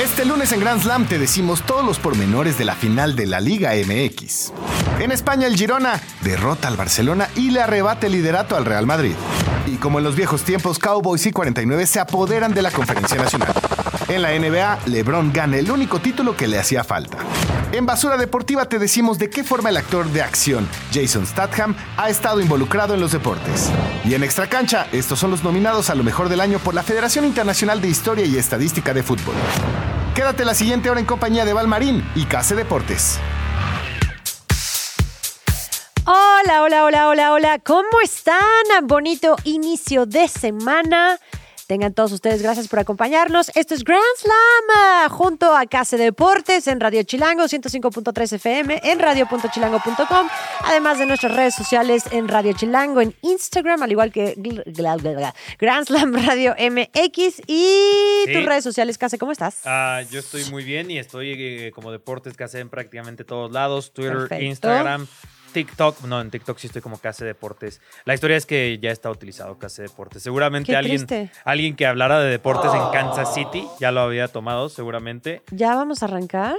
Este lunes en Grand Slam te decimos todos los pormenores de la final de la Liga MX. En España, el Girona derrota al Barcelona y le arrebata el liderato al Real Madrid. Y como en los viejos tiempos, Cowboys y 49 se apoderan de la Conferencia Nacional. En la NBA, LeBron gana el único título que le hacía falta. En Basura Deportiva te decimos de qué forma el actor de acción Jason Statham ha estado involucrado en los deportes. Y en Extra Cancha, estos son los nominados a lo mejor del año por la Federación Internacional de Historia y Estadística de Fútbol. Quédate la siguiente hora en compañía de Valmarín y Case Deportes. Hola, hola, hola, hola, hola. ¿Cómo están? Bonito inicio de semana. Tengan todos ustedes gracias por acompañarnos. Esto es Grand Slam ah, junto a Case Deportes en Radio Chilango 105.3 FM, en radio.chilango.com, además de nuestras redes sociales en Radio Chilango, en Instagram, al igual que gl- gla- gla- gla- Grand Slam Radio MX y Sí. tus redes sociales, Case, ¿cómo estás? Ah, yo estoy muy bien y estoy eh, como deportes que en prácticamente todos lados, Twitter, Perfecto. Instagram, TikTok. No, en TikTok sí estoy como Case Deportes. La historia es que ya está utilizado Case Deportes. Seguramente Qué alguien, triste. alguien que hablara de deportes en Kansas City ya lo había tomado, seguramente. ¿Ya vamos a arrancar?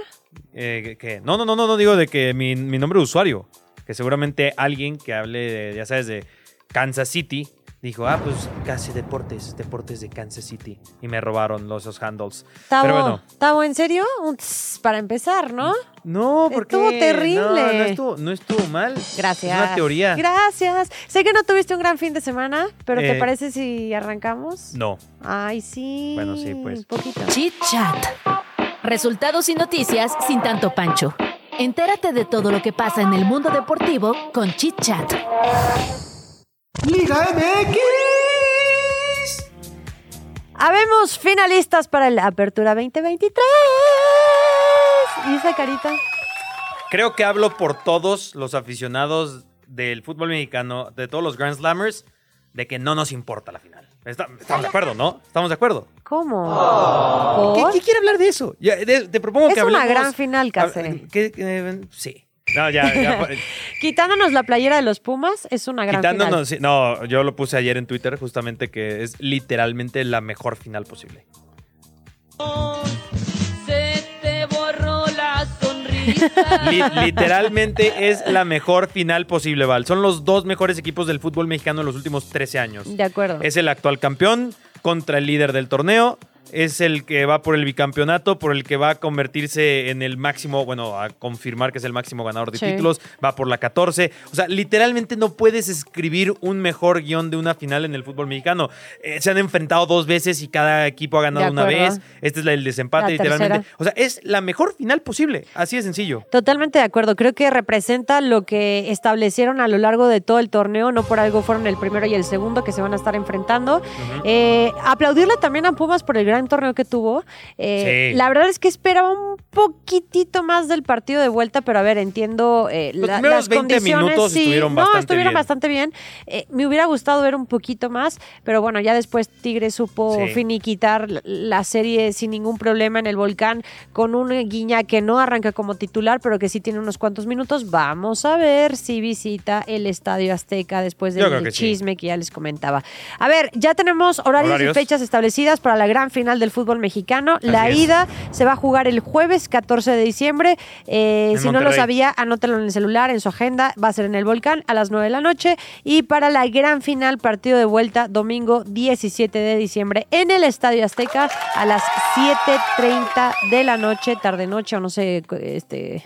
Eh, que, no, no, no, no, no digo de que mi, mi nombre de usuario, que seguramente alguien que hable, de, ya sabes, de Kansas City, dijo, ah, pues Case Deportes, Deportes de Kansas City. Y me robaron los, esos handles. Tavo, Pero bueno. Tavo, ¿en serio? Un tss para empezar, ¿no? No, porque Estuvo terrible. No, no estuvo, no estuvo mal. Gracias. Es una teoría. Gracias. Sé que no tuviste un gran fin de semana, pero ¿te Eh, parece si arrancamos? No. Ay, sí. Bueno, sí, pues. Un poquito. Chit Chat. Resultados y noticias sin tanto pancho. Entérate de todo lo que pasa en el mundo deportivo con Chit Chat. Liga MX. Habemos finalistas para la Apertura 2023. ¿Y esa carita? Creo que hablo por todos los aficionados del fútbol mexicano, de todos los Grand Slammers, de que no nos importa la final. Está- estamos de acuerdo, ¿no? Estamos de acuerdo. ¿Cómo? ¿Qué, ¿Por? Oh. qué quiere hablar de eso? Ya, de- te propongo Es que una hablemos- gran final, Case. Hab- que- eh, sí. No, ya, ya. Quitándonos la playera de los Pumas es una gran final. Quitándonos, sí, no, yo lo puse ayer en Twitter justamente que es literalmente la mejor final posible. Se te borró la sonrisa. Li- literalmente es la mejor final posible, Val. Son los dos mejores equipos del fútbol mexicano en los últimos 13 años. De acuerdo. Es el actual campeón contra el líder del torneo. Es el que va por el bicampeonato, por el que va a convertirse en el máximo, bueno, a confirmar que es el máximo ganador de Sí. títulos, va por la 14. O sea, literalmente no puedes escribir un mejor guión de una final en el fútbol mexicano. Eh, se han enfrentado dos veces y cada equipo ha ganado De una acuerdo. vez. Este es la- el desempate, La literalmente. tercera. O sea, es la mejor final posible. Así de sencillo. Totalmente de acuerdo. Creo que representa lo que establecieron a lo largo de todo el torneo. No por algo fueron el primero y el segundo que se van a estar enfrentando. Eh, aplaudirle también a Pumas por el gran torneo que tuvo. Eh, Sí. La verdad es que esperaba un poquitito más del partido de vuelta, pero a ver, entiendo eh, Los la- primeros las 20 condiciones. minutos sí, estuvieron no, bastante estuvieron bien. bastante bien. Eh, me hubiera gustado ver un poquito más, pero bueno, ya después Tigre supo Sí. finiquitar la- la serie sin ningún problema en el volcán con un guiña que no arranca como titular, pero que sí tiene unos cuantos minutos. Vamos a ver si visita el Estadio Azteca después Yo del creo que sí. chisme que ya les comentaba. A ver, ya tenemos horarios, Horarios. y fechas establecidas para la gran final del fútbol mexicano. la es. ida se va a jugar el jueves 14 de diciembre. Eh, En si no lo Monterrey. sabía, anótalo en el celular, en su agenda. Va a ser en el Volcán a las 9 de la noche. Y para la gran final, partido de vuelta, domingo 17 de diciembre en el Estadio Azteca a las 7.30 de la noche, tarde-noche, o no sé, cu- este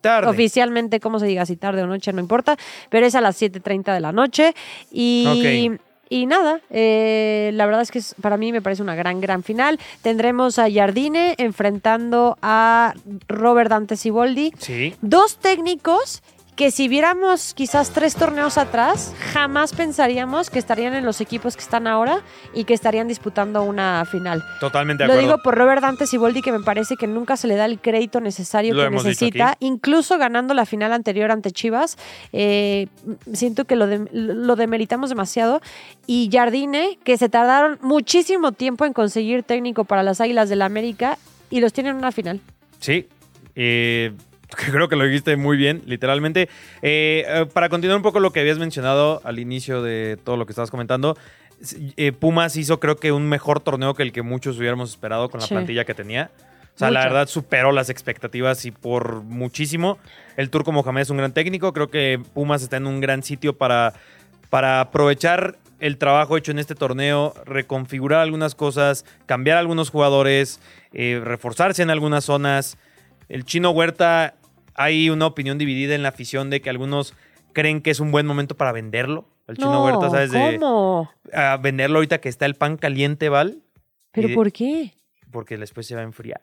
Tarde. oficialmente cómo se diga, si tarde o noche, no importa, pero es a las 7.30 de la noche y... Ok. Y nada, eh, la verdad es que es- para mí me parece una gran, gran final. Tendremos a Jardine enfrentando a Robert Dante Siboldi. Sí. Dos técnicos que si viéramos quizás tres torneos atrás, jamás pensaríamos que estarían en los equipos que están ahora y que estarían disputando una final. Totalmente de Lo acuerdo. digo por Robert Dante Siboldi, que me parece que nunca se le da el crédito necesario Lo que hemos dicho necesita, aquí. incluso ganando la final anterior ante Chivas. eh, m- siento que lo, de- lo demeritamos demasiado. Y Jardine, que se tardaron muchísimo tiempo en conseguir técnico para las Águilas del América y los tienen en una final. Sí, eh, creo que lo dijiste muy bien, literalmente. Eh, eh, para continuar un poco lo que habías mencionado al inicio de todo lo que estabas comentando, s- eh, Pumas hizo creo que un mejor torneo que el que muchos hubiéramos esperado con la Sí. plantilla que tenía. O sea, la Mucho. verdad superó las expectativas y por muchísimo. El Turco Mohamed es un gran técnico. Creo que Pumas está en un gran sitio para, para aprovechar el trabajo hecho en este torneo, reconfigurar algunas cosas, cambiar algunos jugadores, eh, reforzarse en algunas zonas. El chino Huerta, hay una opinión dividida en la afición de que algunos creen que es un buen momento para venderlo. El chino no, Huerta, ¿sabes? De, ¿Cómo? a venderlo ahorita que está el pan caliente, ¿val? ¿Pero Y de- por qué? Porque después se va a enfriar.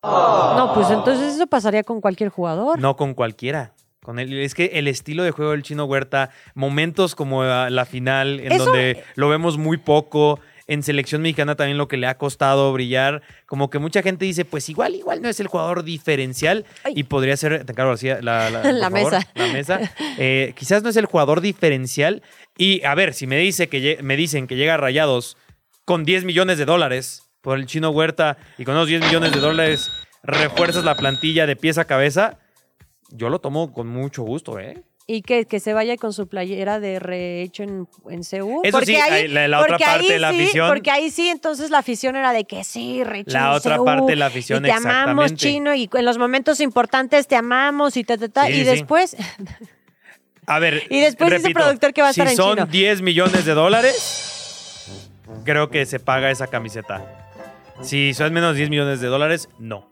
No, pues entonces eso pasaría con cualquier jugador. No con cualquiera. Con él. Es que el estilo de juego del Chino Huerta, momentos como ah, la final, en Eso- donde lo vemos muy poco. En selección mexicana también lo que le ha costado brillar. Como que mucha gente dice, pues igual, igual no es el jugador diferencial. Ay. Y podría ser, te encargo, García, la, la, La por favor, mesa. La mesa. Eh, quizás no es el jugador diferencial. Y a ver, si me, dice que lle- me dicen que llega a Rayados con 10 millones de dólares por el chino Huerta y con esos 10 millones de dólares refuerzas la plantilla de pies a cabeza, yo lo tomo con mucho gusto, ¿eh? Y que, que se vaya con su playera de rehecho en, en Seúl. Eso sí, ahí la- la otra porque parte de la sí, afición- Porque ahí sí, entonces la afición era de que sí, rehecho La en otra Seúl, parte de la afición, y te amamos, exactamente. chino, y en los momentos importantes te amamos, y ta, ta, ta. Sí, y sí, sí. después, A ver, Y después dice repito, productor que va a estar si en son chino. 10 millones de dólares, creo que se paga esa camiseta. Si son menos de 10 millones de dólares, no.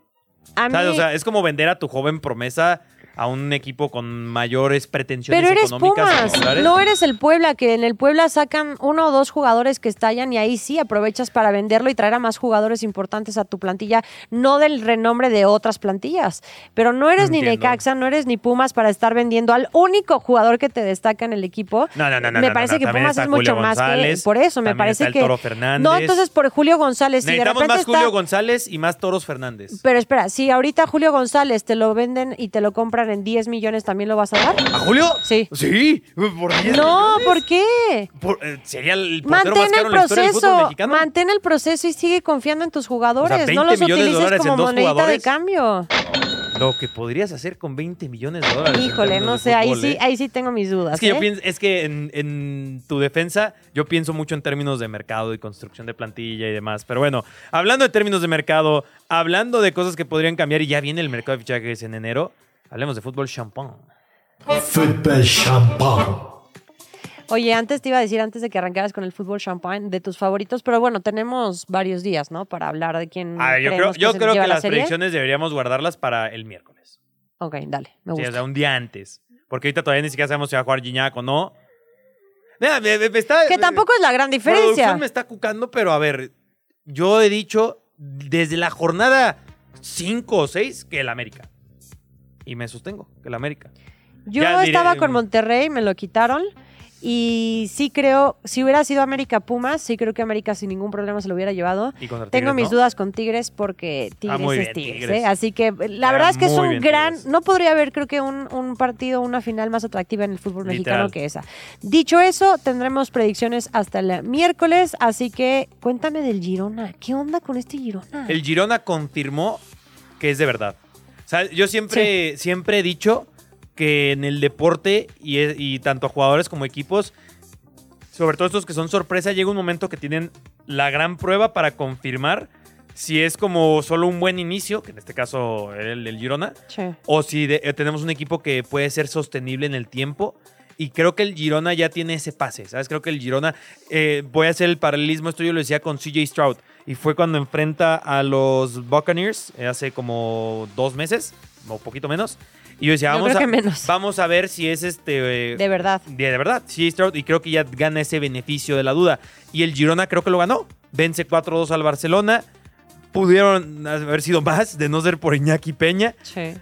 a mí... ¿Sabes? O sea, es como vender a tu joven promesa a un equipo con mayores pretensiones pero eres económicas. o Pumas, populares. no eres el Puebla, que en el Puebla sacan uno o dos jugadores que estallan y ahí sí aprovechas para venderlo y traer a más jugadores importantes a tu plantilla, no del renombre de otras plantillas. Pero no eres ni Entiendo. Necaxa, no eres ni Pumas para estar vendiendo al único jugador que te destaca en el equipo. No, no, no, no, Me no, parece no, que también Pumas está es mucho Julio más que González, por eso. Me también parece está el que Toro Fernández. no, entonces por Julio González y de Necesitamos repente más está- Julio González y más Toros Fernández. Pero espera, si ahorita Julio González te lo venden y te lo compran en 10 millones, ¿también lo vas a dar? ¿A Julio? Sí. Sí, por 10 No, millones. ¿por qué? Por- eh, sería el portero más Mantén caro el en la historia del fútbol proceso, mexicano. mantén el proceso y sigue confiando en tus jugadores. O sea, no 20 los millones de utilices dólares en como dos monedita de jugadores. cambio. Lo que podrías hacer con 20 millones de dólares. en Híjole, términos no de sé, ahí fútbol, sí, ¿eh? ahí sí tengo mis dudas. Es que, yo ¿eh? pienso, es que en, en tu defensa yo pienso mucho en términos de mercado y construcción de plantilla y demás. Pero bueno, hablando de términos de mercado, hablando de cosas que podrían cambiar y ya viene el mercado de fichajes en enero, hablemos de fútbol champán. Football Champagne. Oye, antes te iba a decir, antes de que arrancaras con el fútbol champagne, de tus favoritos, pero bueno, tenemos varios días, ¿no? Para hablar de quién. A ver, yo Mm, creo, creemos yo se creo lleva que la las serie. predicciones deberíamos guardarlas para el miércoles. Ok, dale, me Sí, o gusta. sea, un día antes. Porque ahorita todavía ni siquiera sabemos si va a jugar Gignac o no. Mira, me- me- me está- que tampoco es la gran diferencia. Producción me está cucando, pero a ver, yo he dicho desde la jornada 5 o 6 que el América. Y me sostengo, que el América. Yo Ya diré- mm. estaba con Monterrey, me lo quitaron. Y sí creo, si hubiera sido América Pumas, sí creo que América sin ningún problema se lo hubiera llevado. Y contra Tengo Tigres, mis ¿no? Ah, dudas con Tigres porque Tigres muy es bien, Tigres. Tigres. ¿eh? Así que eh, la Juega verdad es que es muy un bien gran. Tigres. No podría haber, creo que, un, un partido, una final más atractiva en el fútbol mexicano Literal. que esa. Dicho eso, tendremos predicciones hasta el miércoles. Así que cuéntame del Girona. ¿Qué onda con este Girona? El Girona confirmó que es de verdad. O sea, yo siempre, siempre he dicho que en el deporte y, es- y tanto a jugadores como equipos, sobre todo estos que son sorpresa, llega un momento que tienen la gran prueba para confirmar si es como solo un buen inicio, que en este caso era el del Girona, Che. o si de- eh, tenemos un equipo que puede ser sostenible en el tiempo. Y creo que el Girona ya tiene ese pase, ¿sabes? Creo que el Girona, eh, voy a hacer el paralelismo, esto yo lo decía con CJ Stroud, y fue cuando enfrenta a los Buccaneers eh, hace como dos meses, o poquito menos, y yo decía, Yo vamos, creo a, que menos. vamos a ver si es este... eh, De verdad. de, de verdad, sí, Stroud, y creo que ya gana ese beneficio de la duda. Y el Girona creo que lo ganó. Vence 4-2 al Barcelona. Pudieron haber sido más de no ser por Iñaki Peña. Che.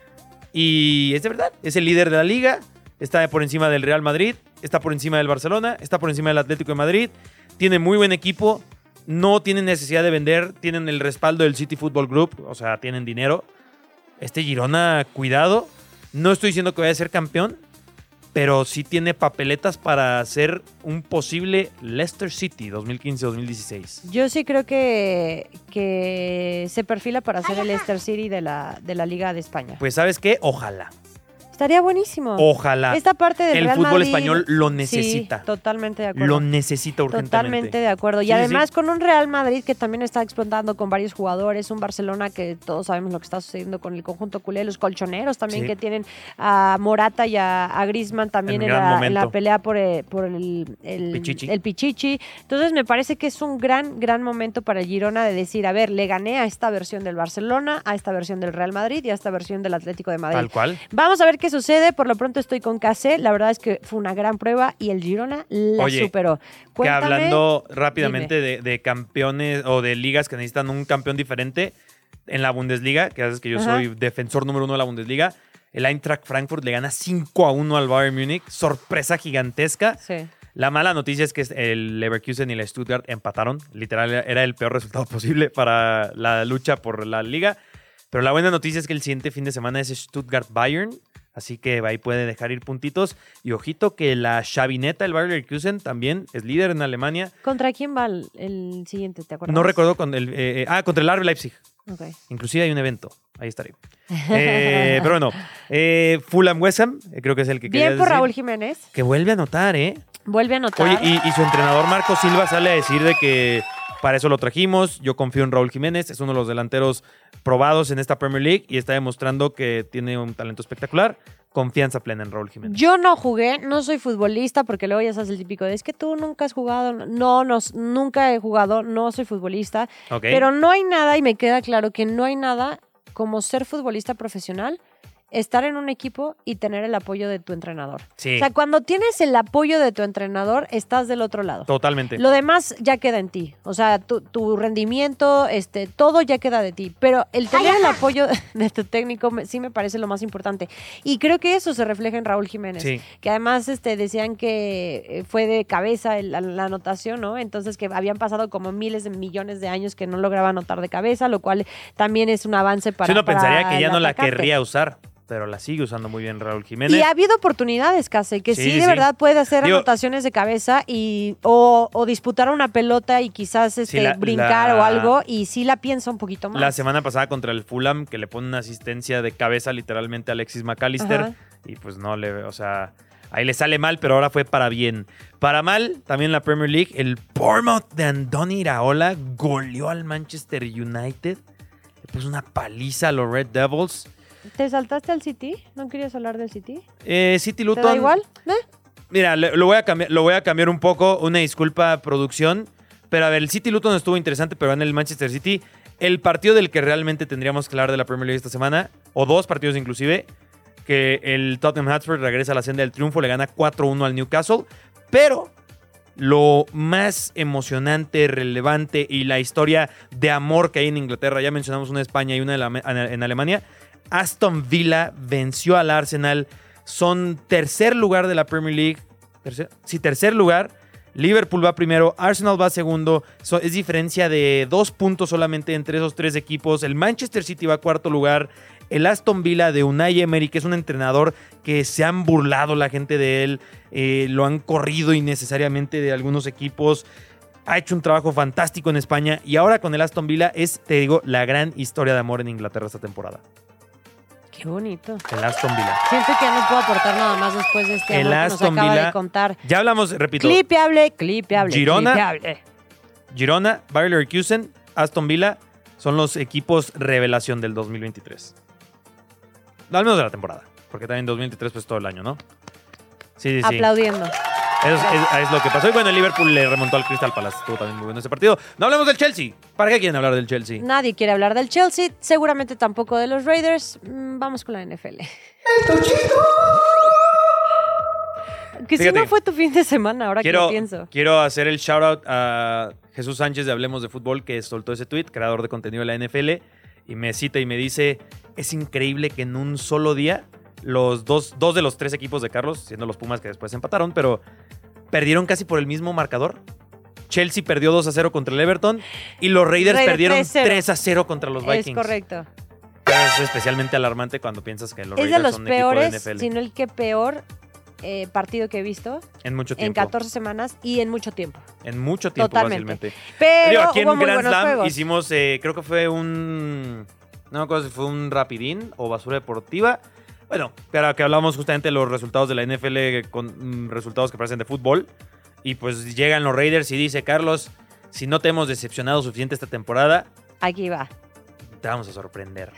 Y es de verdad, es el líder de la liga, está por encima del Real Madrid, está por encima del Barcelona, está por encima del Atlético de Madrid, tiene muy buen equipo, no tienen necesidad de vender, tienen el respaldo del City Football Group, o sea, tienen dinero. Este Girona, cuidado, no estoy diciendo que vaya a ser campeón, pero sí tiene papeletas para ser un posible Leicester City 2015-2016. Yo sí creo que, que se perfila para ser el Leicester City de la, de la Liga de España. Pues sabes qué, ojalá, Estaría buenísimo. ojalá. Esta parte del el Real fútbol Madrid- español lo Sí, necesita. totalmente de acuerdo. lo necesita urgentemente. Totalmente de acuerdo. Y Sí, sí, además sí. con un Real Madrid que también está explotando con varios jugadores, un Barcelona que todos sabemos lo que está sucediendo con el conjunto culé, los colchoneros también Sí. que tienen a Morata y a, a Griezmann también En en, gran la, en la momento. pelea por, eh, por el, el, Pichichi. el Pichichi. Entonces me parece que es un gran, gran momento para el Girona de decir, a ver, le gané a esta versión del Barcelona, a esta versión del Real Madrid y a esta versión del Atlético de Madrid. Tal cual. Vamos a ver qué sucede. Por lo pronto estoy con Case. La verdad es que fue una gran prueba y el Girona la Oye, superó. Cuéntame. que hablando rápidamente de, de campeones o de ligas que necesitan un campeón diferente en la Bundesliga, que haces que yo Ajá. soy defensor número uno de la Bundesliga, el Eintracht Frankfurt le gana 5 a 1 al Bayern Múnich, sorpresa gigantesca. Sí. La mala noticia es que el Leverkusen y el Stuttgart empataron, literal era el peor resultado posible para la lucha por la liga, pero la buena noticia es que el siguiente fin de semana es Stuttgart Bayern. Así que ahí puede dejar ir puntitos. Y ojito que la chavineta del Bayern Leverkusen también es líder en Alemania. ¿Contra quién va el, el siguiente? ¿Te acuerdas? No recuerdo con el. eh, eh, ah, contra el RB Leipzig. Ok. Inclusive hay un evento. Ahí estaré. Eh, pero bueno. eh, Fulham West Ham, eh, creo que es el que Bien querías por decir, Raúl Jiménez. Que vuelve a anotar, ¿eh? Vuelve a anotar. Oye, y, y su entrenador Marco Silva sale a decir de que para eso lo trajimos. Yo confío en Raúl Jiménez. Es uno de los delanteros probados en esta Premier League y está demostrando que tiene un talento espectacular. Confianza plena en Raúl Jiménez. Yo no jugué, no soy futbolista, porque luego ya sabes el típico de es que tú nunca has jugado. No, no, nunca he jugado, no soy futbolista. Ok. Pero no hay nada, y me queda claro que no hay nada como ser futbolista profesional, estar en un equipo y tener el apoyo de tu entrenador. Sí. O sea, cuando tienes el apoyo de tu entrenador, estás del otro lado. Totalmente. Lo demás ya queda en ti. O sea, tu, tu rendimiento, este, todo ya queda de ti. Pero el tener el apoyo de tu técnico me- sí me parece lo más importante. Y creo que eso se refleja en Raúl Jiménez. Sí. Que además este, decían que eh, fue de cabeza el- la, la anotación, ¿no? Entonces que habían pasado como miles de millones de años que no lograba anotar de cabeza, lo cual también es un avance para. Si uno para pensaría que el ya no la atacante. querría usar, pero la sigue usando muy bien Raúl Jiménez. Y ha habido oportunidades, Case, que sí, e- Sí, de sí. verdad puede hacer Digo- anotaciones de cabeza y o, o disputar una pelota y quizás este, la- brincar la- o algo y sí la piensa un poquito más. La semana pasada contra el Fulham, que le pone una asistencia de cabeza literalmente a Alexis McAllister. Ajá. Y pues no le, o sea, ahí le sale mal, pero ahora fue para bien. Para mal, también la Premier League, el Bournemouth de Andoni Iraola goleó al Manchester United. Le puso una paliza a los Red Devils. ¿Te saltaste al City? ¿No querías hablar del City? Eh, ¿Te City da Luton. igual? ¿Eh? Mira, le- lo voy, a cambiar, lo voy a cambiar un poco. Una disculpa, producción. Pero a ver, el City Luton estuvo interesante, pero en el Manchester City, el partido del que realmente tendríamos que hablar de la Premier League esta semana, o dos partidos inclusive, que el Tottenham Hotspur regresa a la senda del triunfo, le gana 4-1 al Newcastle. Pero lo más emocionante, relevante y la historia de amor que hay en Inglaterra, ya mencionamos una en España y una en Alema- en Alemania, Aston Villa venció al Arsenal, son tercer lugar de la Premier League, tercer- sí, tercer lugar, Liverpool va primero, Arsenal va segundo, so- es diferencia de dos puntos solamente entre esos tres equipos, el Manchester City va cuarto lugar, el Aston Villa de Unai Emery, que es un entrenador que se han burlado la gente de él, eh, lo han corrido innecesariamente de algunos equipos. Ha hecho un trabajo fantástico en España y ahora con el Aston Villa es, te digo, la gran historia de amor en Inglaterra esta temporada. Qué bonito. El Aston Villa. Siento que ya no puedo aportar nada más después de este El amor que nos Aston acaba de Villa. contar. Ya hablamos, repito, Clipeable, clipeable, Girona. clipeable. Girona, Bayer Leverkusen, Aston Villa son los equipos revelación del 2023. Al menos de la temporada, porque también 2023 pues todo el año, ¿no? Sí, sí, sí. Aplaudiendo. Eso es, es- es lo que pasó. Y bueno, el Liverpool le remontó al Crystal Palace. Estuvo también muy bueno ese partido. No hablemos del Chelsea. ¿Para qué quieren hablar del Chelsea? Nadie quiere hablar del Chelsea, seguramente tampoco de los Raiders. Mm, Vamos con la NFL. Estos chicos. Que si Fíjate. no fue tu fin de semana, ahora que Quiero, lo pienso. quiero hacer el shout out a Jesús Sánchez de Hablemos de Fútbol que soltó ese tweet, creador de contenido de la NFL. y me cita y me dice, es increíble que en un solo día los dos, dos de los tres equipos de Carlos, siendo los Pumas que después empataron, pero perdieron casi por el mismo marcador. Chelsea perdió 2 a 0 contra el Everton y los Raiders Raiders perdieron 3 3-0. 3 a 0 contra los Vikings. Es correcto. Es especialmente alarmante cuando piensas que los Es Raiders de los son un equipo de peores, NFL si no el que peor eh, partido que he visto en mucho en tiempo. 14 semanas y en mucho tiempo. en mucho tiempo Totalmente. fácilmente. Pero Digo, aquí en hubo muy Grand buenos Slam juegos. hicimos, eh, creo que fue un. No me acuerdo si fue un rapidín o basura deportiva. Bueno, pero que hablamos justamente de los resultados de la NFL con mm, resultados que parecen de fútbol. Y pues llegan los Raiders y dice, Carlos, si no te hemos decepcionado suficiente esta temporada, Aquí va. te vamos a sorprender.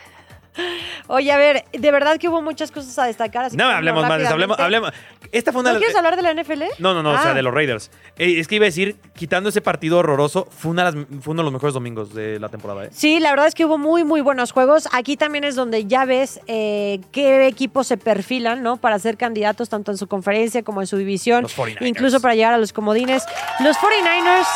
Oye, a ver, de verdad que hubo muchas cosas a destacar. Así no, que hablemos vamos más de eso. Hablemos, rápidamente. hablemos. Esta fue una. ¿No quieres hablar de la NFL? No, no, no, o sea, Ah. de los Raiders. Eh, es que iba a decir, quitando ese partido horroroso, fue, una de las- fue uno de los mejores domingos de la temporada. ¿eh? Sí, la verdad es que hubo muy, muy buenos juegos. Aquí también es donde ya ves eh, qué equipos se perfilan, ¿no? Para ser candidatos tanto en su conferencia como en su división. Los 49ers. Incluso para llegar a los comodines. Los 49ers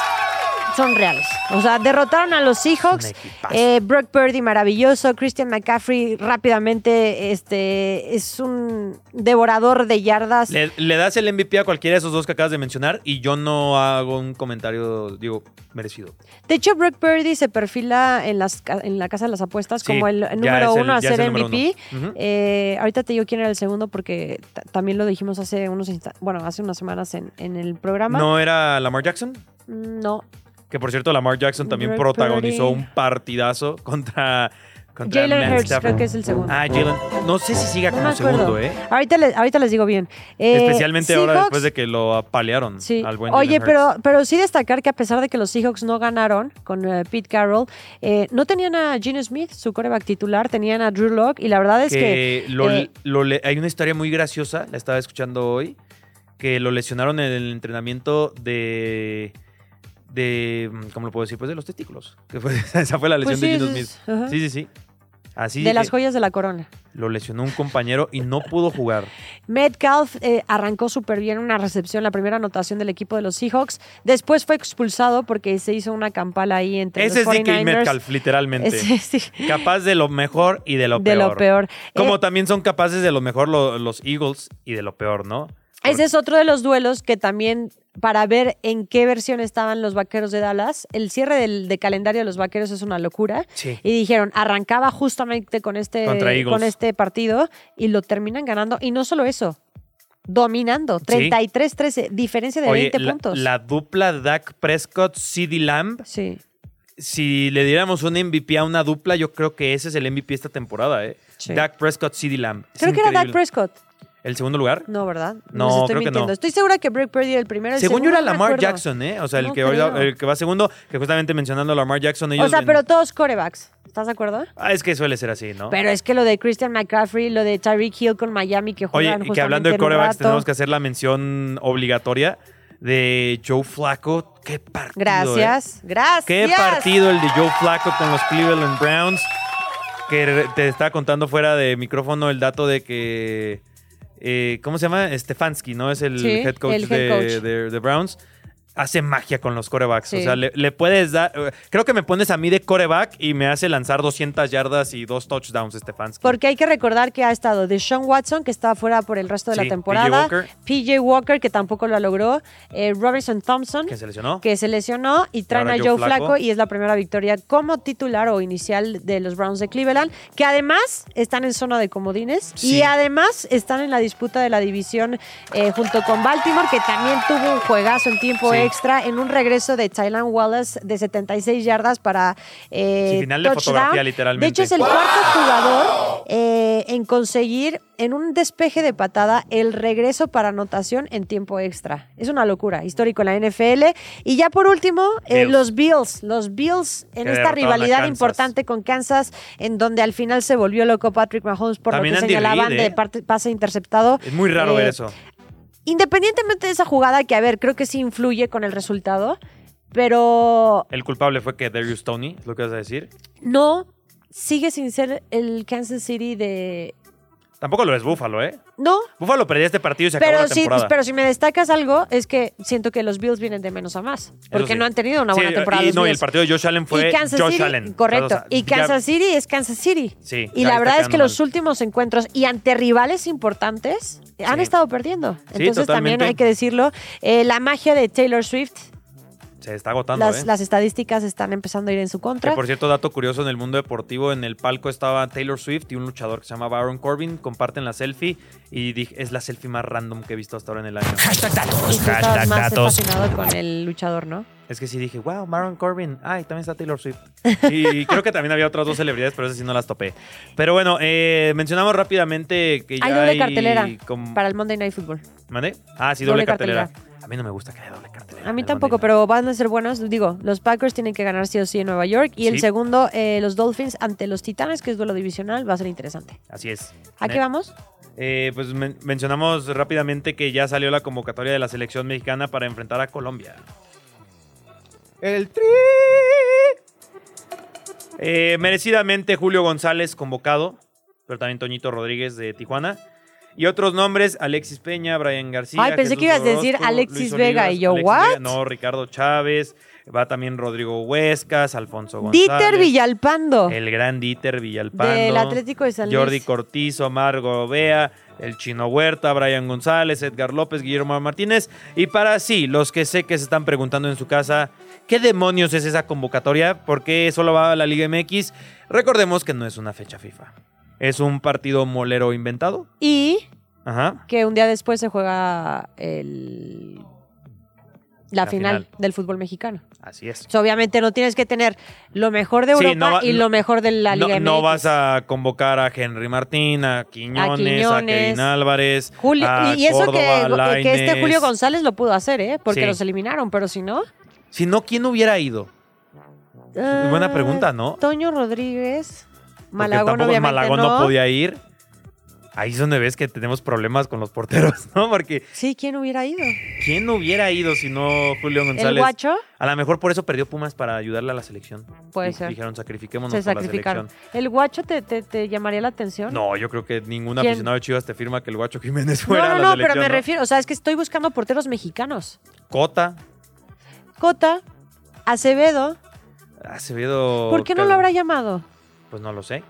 son reales. O sea, derrotaron a los Seahawks. Es un equipazo. Eh, Brock Purdy, maravilloso. Christian McCaffrey, rápidamente, este, es un devorador de yardas. Le, le das el MVP a cualquiera de esos dos que acabas de mencionar y yo no hago un comentario, digo, merecido. De hecho, Brock Purdy se perfila en, las, ca- en la casa de las apuestas Sí, como el ya número es el- uno a ya es ser el número MVP. uno. Ujú. Eh, ahorita te digo quién era el segundo porque ta- también lo dijimos hace unos insta- bueno, hace unas semanas en, en el programa. Mm, ¿No era Lamar Jackson? No. Que por cierto, Lamar Jackson también Brock protagonizó Purdy. un partidazo contra, contra Jalen Matt Hurts Stafford. creo que es el segundo. Ah, Jalen. No sé si siga No me como acuerdo. segundo, ¿eh? ahorita, les, ahorita les digo bien. Eh, Especialmente ahora Seahawks- después de que lo apalearon Sí. al buen Oye, Jalen Hurts. pero, pero sí destacar que a pesar de que los Seahawks no ganaron con eh, Pete Carroll, eh, no tenían a Gene Smith, su coreback titular, tenían a Drew Locke y la verdad es que... que lo- eh, lo le- hay una historia muy graciosa, la estaba escuchando hoy, que lo lesionaron en el entrenamiento de de mm, ¿cómo lo puedo decir? Pues de los testículos. Que fue- esa fue la Pues lesión de sí, Gino es- Smith. ajá. Sí, sí, sí. Así de eh, las joyas de la corona. lo lesionó un compañero y no pudo jugar. Metcalf eh, arrancó súper bien una recepción, la primera anotación del equipo de los Seahawks. Después fue expulsado porque se hizo una campala ahí entre Ese es los 49ers. DK Metcalf, literalmente. Ese, sí, Capaz de lo mejor y de lo de peor. lo peor. Como Eh, también son capaces de lo mejor lo- los Eagles y de lo peor, ¿no? ese es otro de los duelos que también para ver en qué versión estaban los vaqueros de Dallas. El cierre del, de calendario de los vaqueros es una locura. Sí. Y dijeron, arrancaba justamente con este, Contra Eagles. con este partido y lo terminan ganando. Y no solo eso, dominando. 33-13, diferencia de Oye, 20 la, puntos. la dupla Dak Prescott, CD Lamb, Sí. si le diéramos un MVP a una dupla, yo creo que ese es el MVP esta temporada, ¿eh? Sí. Dak Prescott, CD Lamb. Es Creo que era Dak increíble. Prescott. ¿El segundo lugar? No, ¿verdad? No, Les estoy creo que mintiendo. no. Estoy segura que Brock Purdy era el primero. el Según yo segundo, era no me Lamar acuerdo. Jackson, ¿eh? O sea, el, No que ahorita- creo. el que va segundo, que justamente mencionando a Lamar Jackson, ellos... O sea, en- pero todos corebacks. ¿Estás de acuerdo? Ah, es que suele ser así, ¿no? Pero es que lo de Christian McCaffrey, lo de Tyreek Hill con Miami que Oye, juegan y que hablando de corebacks corebacks, tenemos que hacer la mención obligatoria de Joe Flacco. ¡Qué partido! eh! Gracias, gracias. Qué partido el de Joe Flacco con los Cleveland Browns. Que re- te estaba contando fuera de micrófono el dato de que. eh, ¿Cómo se llama? Stefanski, ¿no? Es el Sí, head coach, el head de, coach. de- de Browns. Hace magia con los corebacks. O Sí. sea, le, le puedes dar. eh, Creo que me pones a mí de coreback y me hace lanzar 200 yardas y dos touchdowns, Stefanski. Porque hay que recordar que ha estado Deshaun Watson, que está fuera por el resto de Sí, la P.J. temporada. Walker. PJ Walker, que tampoco lo logró. eh, Robinson Thompson, ¿Quién se lesionó? que se lesionó y traen ahora a Joe Joe, Flacco. Flacco. y es la primera victoria como titular o inicial de los Browns de Cleveland, que además están en zona de comodines Sí. y además están en la disputa de la división eh, junto con Baltimore, que también tuvo un juegazo en tiempo Sí. extra en un regreso de Tylan Wallace de 76 yardas para eh, Sí, final de touchdown. fotografía, literalmente. De hecho, es el cuarto jugador eh, en conseguir en un despeje de patada el regreso para anotación en tiempo extra. Es una locura, histórico en la NFL. Y ya por último, eh, Bills. los Bills. Los Bills en Que esta derrotaron a rivalidad Kansas. importante con Kansas, en donde al final se volvió loco Patrick Mahomes por También lo que Andy señalaban Reid, ¿eh? de parte- pase interceptado. Es muy raro ver Eh, eso. Independientemente de esa jugada, que a ver, creo que sí influye con el resultado, pero El culpable fue que Darius Tony, lo que vas a decir. no sigue sin ser el Kansas City de Tampoco lo es Búfalo, ¿eh? No, Búfalo perdía este partido y se acabó pero la si, temporada. pero si me destacas algo, es que siento que los Bills vienen de menos a más. Porque sí. no han tenido una Sí, buena temporada. Y, los no, y el Bills. partido de Josh Allen fue Y Kansas Josh City, Allen. Correcto. O sea, y ya- Kansas City es Kansas City. Sí, y la ya está verdad es que quedando los mal. últimos encuentros y ante rivales importantes han Sí. estado perdiendo. Entonces también totalmente. hay que decirlo. Eh, la magia de Taylor Swift, Se está agotando, las, ¿eh? las estadísticas están empezando a ir en su Que, contra. por cierto, dato curioso, en el mundo deportivo, en el palco estaba Taylor Swift y un luchador que se llama Baron Corbin. Comparten la selfie y dije, es la selfie más random que he visto hasta ahora en el año. Y tú estabas Hashtag más datos. fascinado con el luchador, ¿no? Es que sí dije, wow, Baron Corbin. Ay, también está Taylor Swift. Y creo que también había otras dos celebridades, pero esas sí no las topé. Pero bueno, eh, mencionamos rápidamente que ya Hay doble cartelera com- para el Monday Night Football. ¿Mande? Ah, sí, Doble doble, cartelera. A mí no me gusta que haya doble cartelera. A mí en el tampoco, Monday Night. pero van a ser buenos. Digo, los Packers tienen que ganar sí o sí en Nueva York. Y el Sí. segundo, eh, los Dolphins ante los Titanes, que es duelo divisional, va a ser interesante. Así es. ¿A qué Ne- vamos? Eh, pues men- mencionamos rápidamente que ya salió la convocatoria de la selección mexicana para enfrentar a Colombia. El tri. Eh, merecidamente Julio González convocado, pero también Toñito Rodríguez de Tijuana. Y otros nombres, Alexis Peña, Brian García. Ay, pensé Jesús que ibas a decir Orozco, Alexis Luis Vega, Olivas, y yo, Alexis ¿what? Vega, No, Ricardo Chávez, va también Rodrigo Huescas, Alfonso González. Dieter Villalpando. eh. El gran Dieter Villalpando. Del Atlético de San Luis. Jordi Cortizo, Margo Bea, el Chino Huerta, Brian González, Edgar López, Guillermo Martínez. Y para sí, los que sé que se están preguntando en su casa, ¿qué demonios es esa convocatoria? ¿Por qué solo va a la Liga MX? Recordemos que no es una fecha FIFA. Es un partido molero inventado. Y Ajá. que un día después se juega el... la, La final, final. del fútbol mexicano. Así es. So, obviamente no tienes que tener lo mejor de Sí, Europa no va- y lo mejor de la No, Liga no MX. vas a convocar a Henry Martín, a Quiñones, a, Quiñones. Kevin Álvarez. Julio- a y y eso que, Córdoba, que este Lainez. Julio González lo pudo hacer, ¿eh? Porque Sí. los eliminaron, pero si no... Si no, ¿quién hubiera ido? Buena Ah, pregunta, ¿no? Toño Rodríguez. Porque Malagón, tampoco obviamente Malagón no. no. podía ir. Ahí es donde ves que tenemos problemas con los porteros, ¿no? Porque Sí, ¿quién hubiera ido? ¿quién hubiera ido si no Julio ¿El González? guacho? A lo mejor por eso perdió Pumas para ayudarle a la selección. Puede Di- ser. Dijeron, sacrifiquémonos Se por sacrificaron. la selección. ¿El guacho te, te- te llamaría la atención? No, yo creo que ningún ¿Quién? aficionado de Chivas te firma que el Guacho Jiménez no, fuera no, a la no, pero selección. me ¿no? refiero, o sea, es que estoy buscando porteros mexicanos. Cota, Cota, Acevedo, Acevedo. ¿por qué no lo habrá llamado? Pues no lo sé.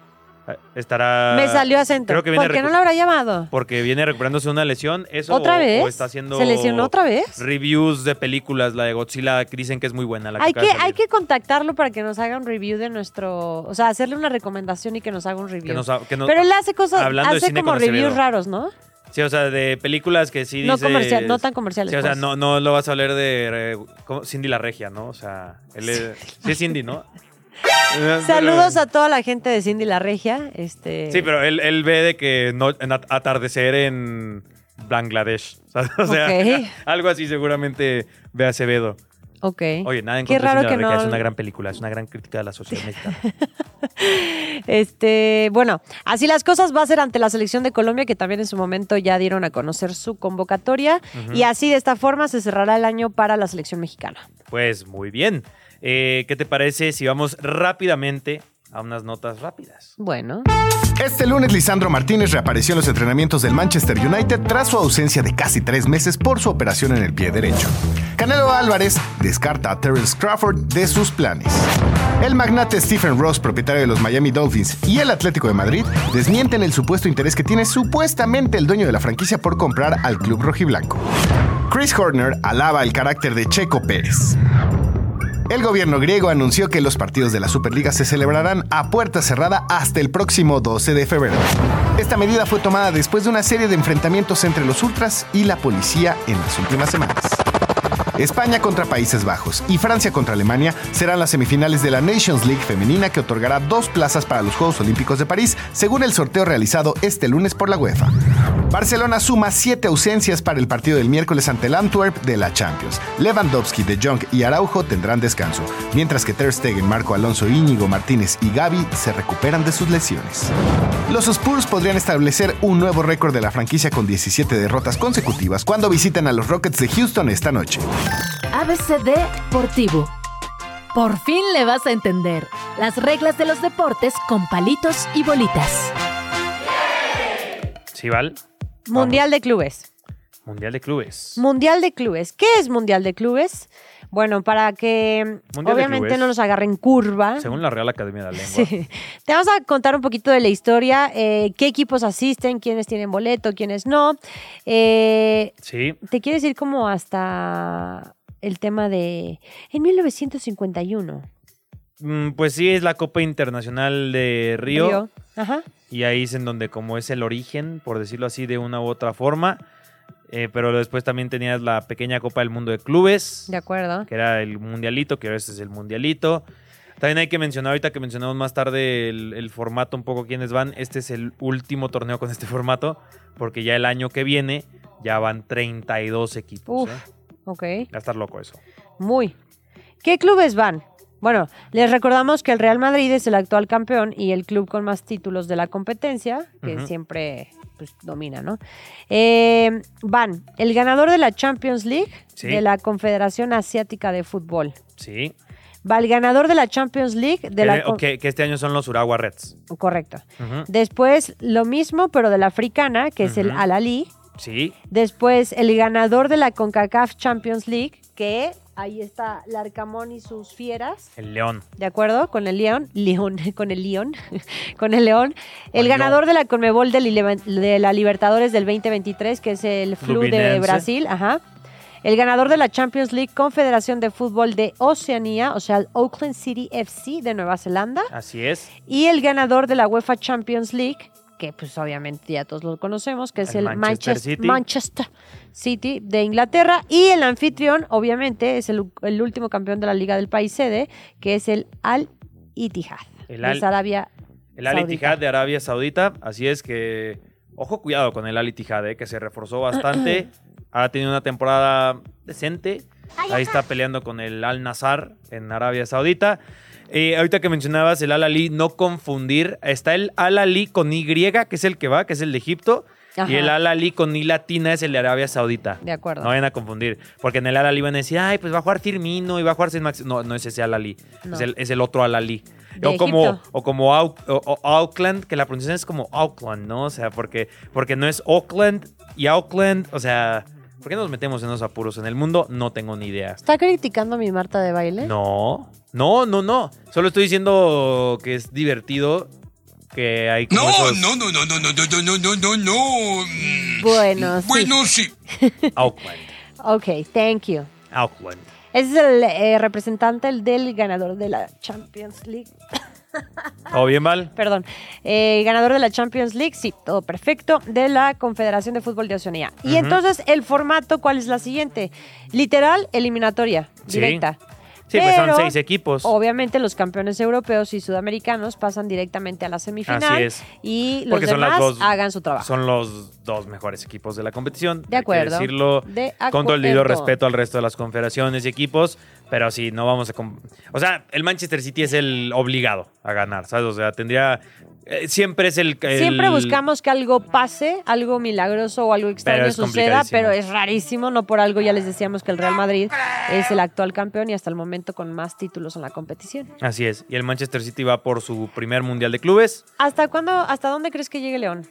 Eh, Estará. me salió acento. creo que viene ¿Por qué no recu- lo habrá llamado? Porque viene recuperándose una lesión. Eso ¿Otra o- vez? o está haciendo. ¿Se lesionó otra vez? Reviews de películas, la de Godzilla, que dicen que es muy buena. La Hay acaba que, de hay salir. que contactarlo para que nos haga un review de nuestro. O sea, hacerle una recomendación y que nos haga un review. Que nos ha- que nos- Pero él hace cosas, hablando de hace cine como con reviews Acevedo. raros, ¿no? Sí, o sea, de películas que sí No dices- comercial, no tan comerciales. Sí, o sea, pues. no, no lo vas a hablar de eh, ¿cómo? Cindy la Regia, ¿no? O sea, él es, sí es Cindy, ¿no? Saludos a toda la gente de Cindy la Regia. Este, Sí, pero él, él ve de que no, en at- atardecer en Bangladesh. O sea, o sea, Ok. algo así seguramente ve Acevedo. Ok. Oye, nada en Qué contra de raro Cindy que la Regia, no- es una gran película, es una gran crítica de la sociedad mexicana. Este, bueno, así las cosas va a ser ante la selección de Colombia, que también en su momento ya dieron a conocer su convocatoria. Y así de esta forma se cerrará el año para la selección mexicana. Pues muy bien. Eh, ¿Qué te parece si vamos rápidamente a unas notas rápidas? Bueno. Este lunes Lisandro Martínez reapareció en los entrenamientos del Manchester United tras su ausencia de casi tres meses por su operación en el pie derecho. Canelo Álvarez descarta a Terence Crawford de sus planes. El magnate Stephen Ross, propietario de los Miami Dolphins y el Atlético de Madrid, desmienten el supuesto interés que tiene supuestamente el dueño de la franquicia por comprar al club rojiblanco. Chris Horner alaba el carácter de Checo Pérez. El gobierno griego anunció que los partidos de la Superliga se celebrarán a puerta cerrada hasta el próximo 12 de febrero. Esta medida fue tomada después de una serie de enfrentamientos entre los ultras y la policía en las últimas semanas. España contra Países Bajos y Francia contra Alemania serán las semifinales de la Nations League femenina que otorgará dos plazas para los Juegos Olímpicos de París, según el sorteo realizado este lunes por la UEFA. Barcelona suma siete ausencias para el partido del miércoles ante el Antwerp de la Champions. Lewandowski, De Jong y Araujo tendrán descanso, mientras que Ter Stegen, Marco Alonso, Íñigo Martínez y Gaby se recuperan de sus lesiones. Los Spurs podrían establecer un nuevo récord de la franquicia con 17 derrotas consecutivas cuando visiten a los Rockets de Houston esta noche. ABCD Deportivo. Por fin le vas a entender las reglas de los deportes con palitos y bolitas. Sí, Val. Mundial de Clubes. Vamos. Mundial de clubes. Mundial de Clubes. ¿Qué es Mundial de Clubes? Bueno, para que Mundial de obviamente Clubes. no nos agarren curva. Según la Real Academia de la Lengua. Sí. Te vamos a contar un poquito de la historia, eh, qué equipos asisten, quiénes tienen boleto, quiénes no. Eh, Sí. ¿Te quieres ir como hasta el tema de... En 1951. Mm, Pues sí, es la Copa Internacional de Río, Ajá. Y ahí es en donde como es el origen, por decirlo así, de una u otra forma. Eh, pero después también tenías la pequeña Copa del Mundo de Clubes. De acuerdo. que era el mundialito, que ahora este es el mundialito. También hay que mencionar, ahorita que mencionamos más tarde el, el formato, un poco quiénes van. Este es el último torneo con este formato, porque ya el año que viene ya van 32 equipos. Uf. ¿eh? Ok. Va a estar loco eso. Muy. ¿Qué clubes van? Bueno, les recordamos que el Real Madrid es el actual campeón y el club con más títulos de la competencia, que Ujú. siempre pues, domina, ¿no? Eh, van el ganador de la Champions League Sí. de la Confederación Asiática de Fútbol. Sí. Va el ganador de la Champions League de que, la... con- que- que este año son los Urawa Reds. Correcto. Ujú. Después lo mismo, pero de la africana, que es el Ujú. Al-Ali. Sí. Después, el ganador de la CONCACAF Champions League, que ahí está Larcamón y sus fieras, El León. ¿de acuerdo? Con el León, León, con el León, con el León. El León. ganador de la CONMEBOL del Ilevan- de la Libertadores del 2023, que es el Flu de Fluminense. Brasil, ajá. El ganador de la Champions League Confederación de Fútbol de Oceanía, o sea, el Oakland City FC de Nueva Zelanda. Así es. Y el ganador de la UEFA Champions League, que pues obviamente ya todos lo conocemos, que es el, El Manchester Manchester, City. Manchester City de Inglaterra. Y el anfitrión, obviamente, es el, el último campeón de la liga del país sede, que es el Al Ittihad El de Al- Arabia. El Ali Saudita. Tijad de Arabia Saudita. Así es que, ojo, cuidado con el Ali Tijad, eh, que se reforzó bastante. ha tenido una temporada decente. Ahí está peleando con el Al Nazar en Arabia Saudita. Eh, ahorita que mencionabas el Al Ali, no confundir. Está el Al Ali con Y, que es el que va, que es el de Egipto. Ajá. Y el Al Ali con I latina es el de Arabia Saudita. De acuerdo. No vayan a confundir. Porque en el Al Ali van a decir, ay, pues va a jugar Firmino y va a jugar Sin Max. No, no es ese Al Ali. No. Es, el, es el otro Al Ali. De O como, Egipto. o como Au- o- o Auckland, que la pronunciación es como Auckland, ¿no? O sea, porque, porque no es Auckland y Auckland. O sea, ¿por qué nos metemos en esos apuros en el mundo? No tengo ni idea. ¿Está criticando a mi Marta de baile? No, no, no, no. Solo estoy diciendo que es divertido. Que hay como esos no, no, no, no, no, no, no, no, no. mm. Bueno, sí. sí. Auckland. Ok, thank you. Auckland. Ese es el eh, representante del ganador de la Champions League. ¿Todo bien, Val? perdón. Eh, ganador de la Champions League, sí, todo perfecto, de la Confederación de Fútbol de Oceanía. Y entonces, el formato, ¿cuál es la siguiente? Literal, eliminatoria, Sí. directa. Sí, pues son Pero, seis equipos. Obviamente los campeones europeos y sudamericanos pasan directamente a la semifinal Así es. y los Porque son las demás dos- hagan su trabajo. Son los dos mejores equipos de la competición. De Hay que acuerdo. decirlo De con todo el debido acuerdo. respeto al resto de las confederaciones y equipos, pero sí, no vamos a... com- O sea, el Manchester City es el obligado a ganar, ¿sabes? O sea, tendría... eh, siempre es el... el- Siempre buscamos que algo pase, algo milagroso o algo extraño es suceda, complicadísimo. pero es rarísimo, no por algo ya les decíamos que el Real Madrid es el actual campeón y hasta el momento con más títulos en la competición. Así es. Y el Manchester City va por su primer Mundial de Clubes. ¿Hasta cuándo, hasta dónde crees que llegue León?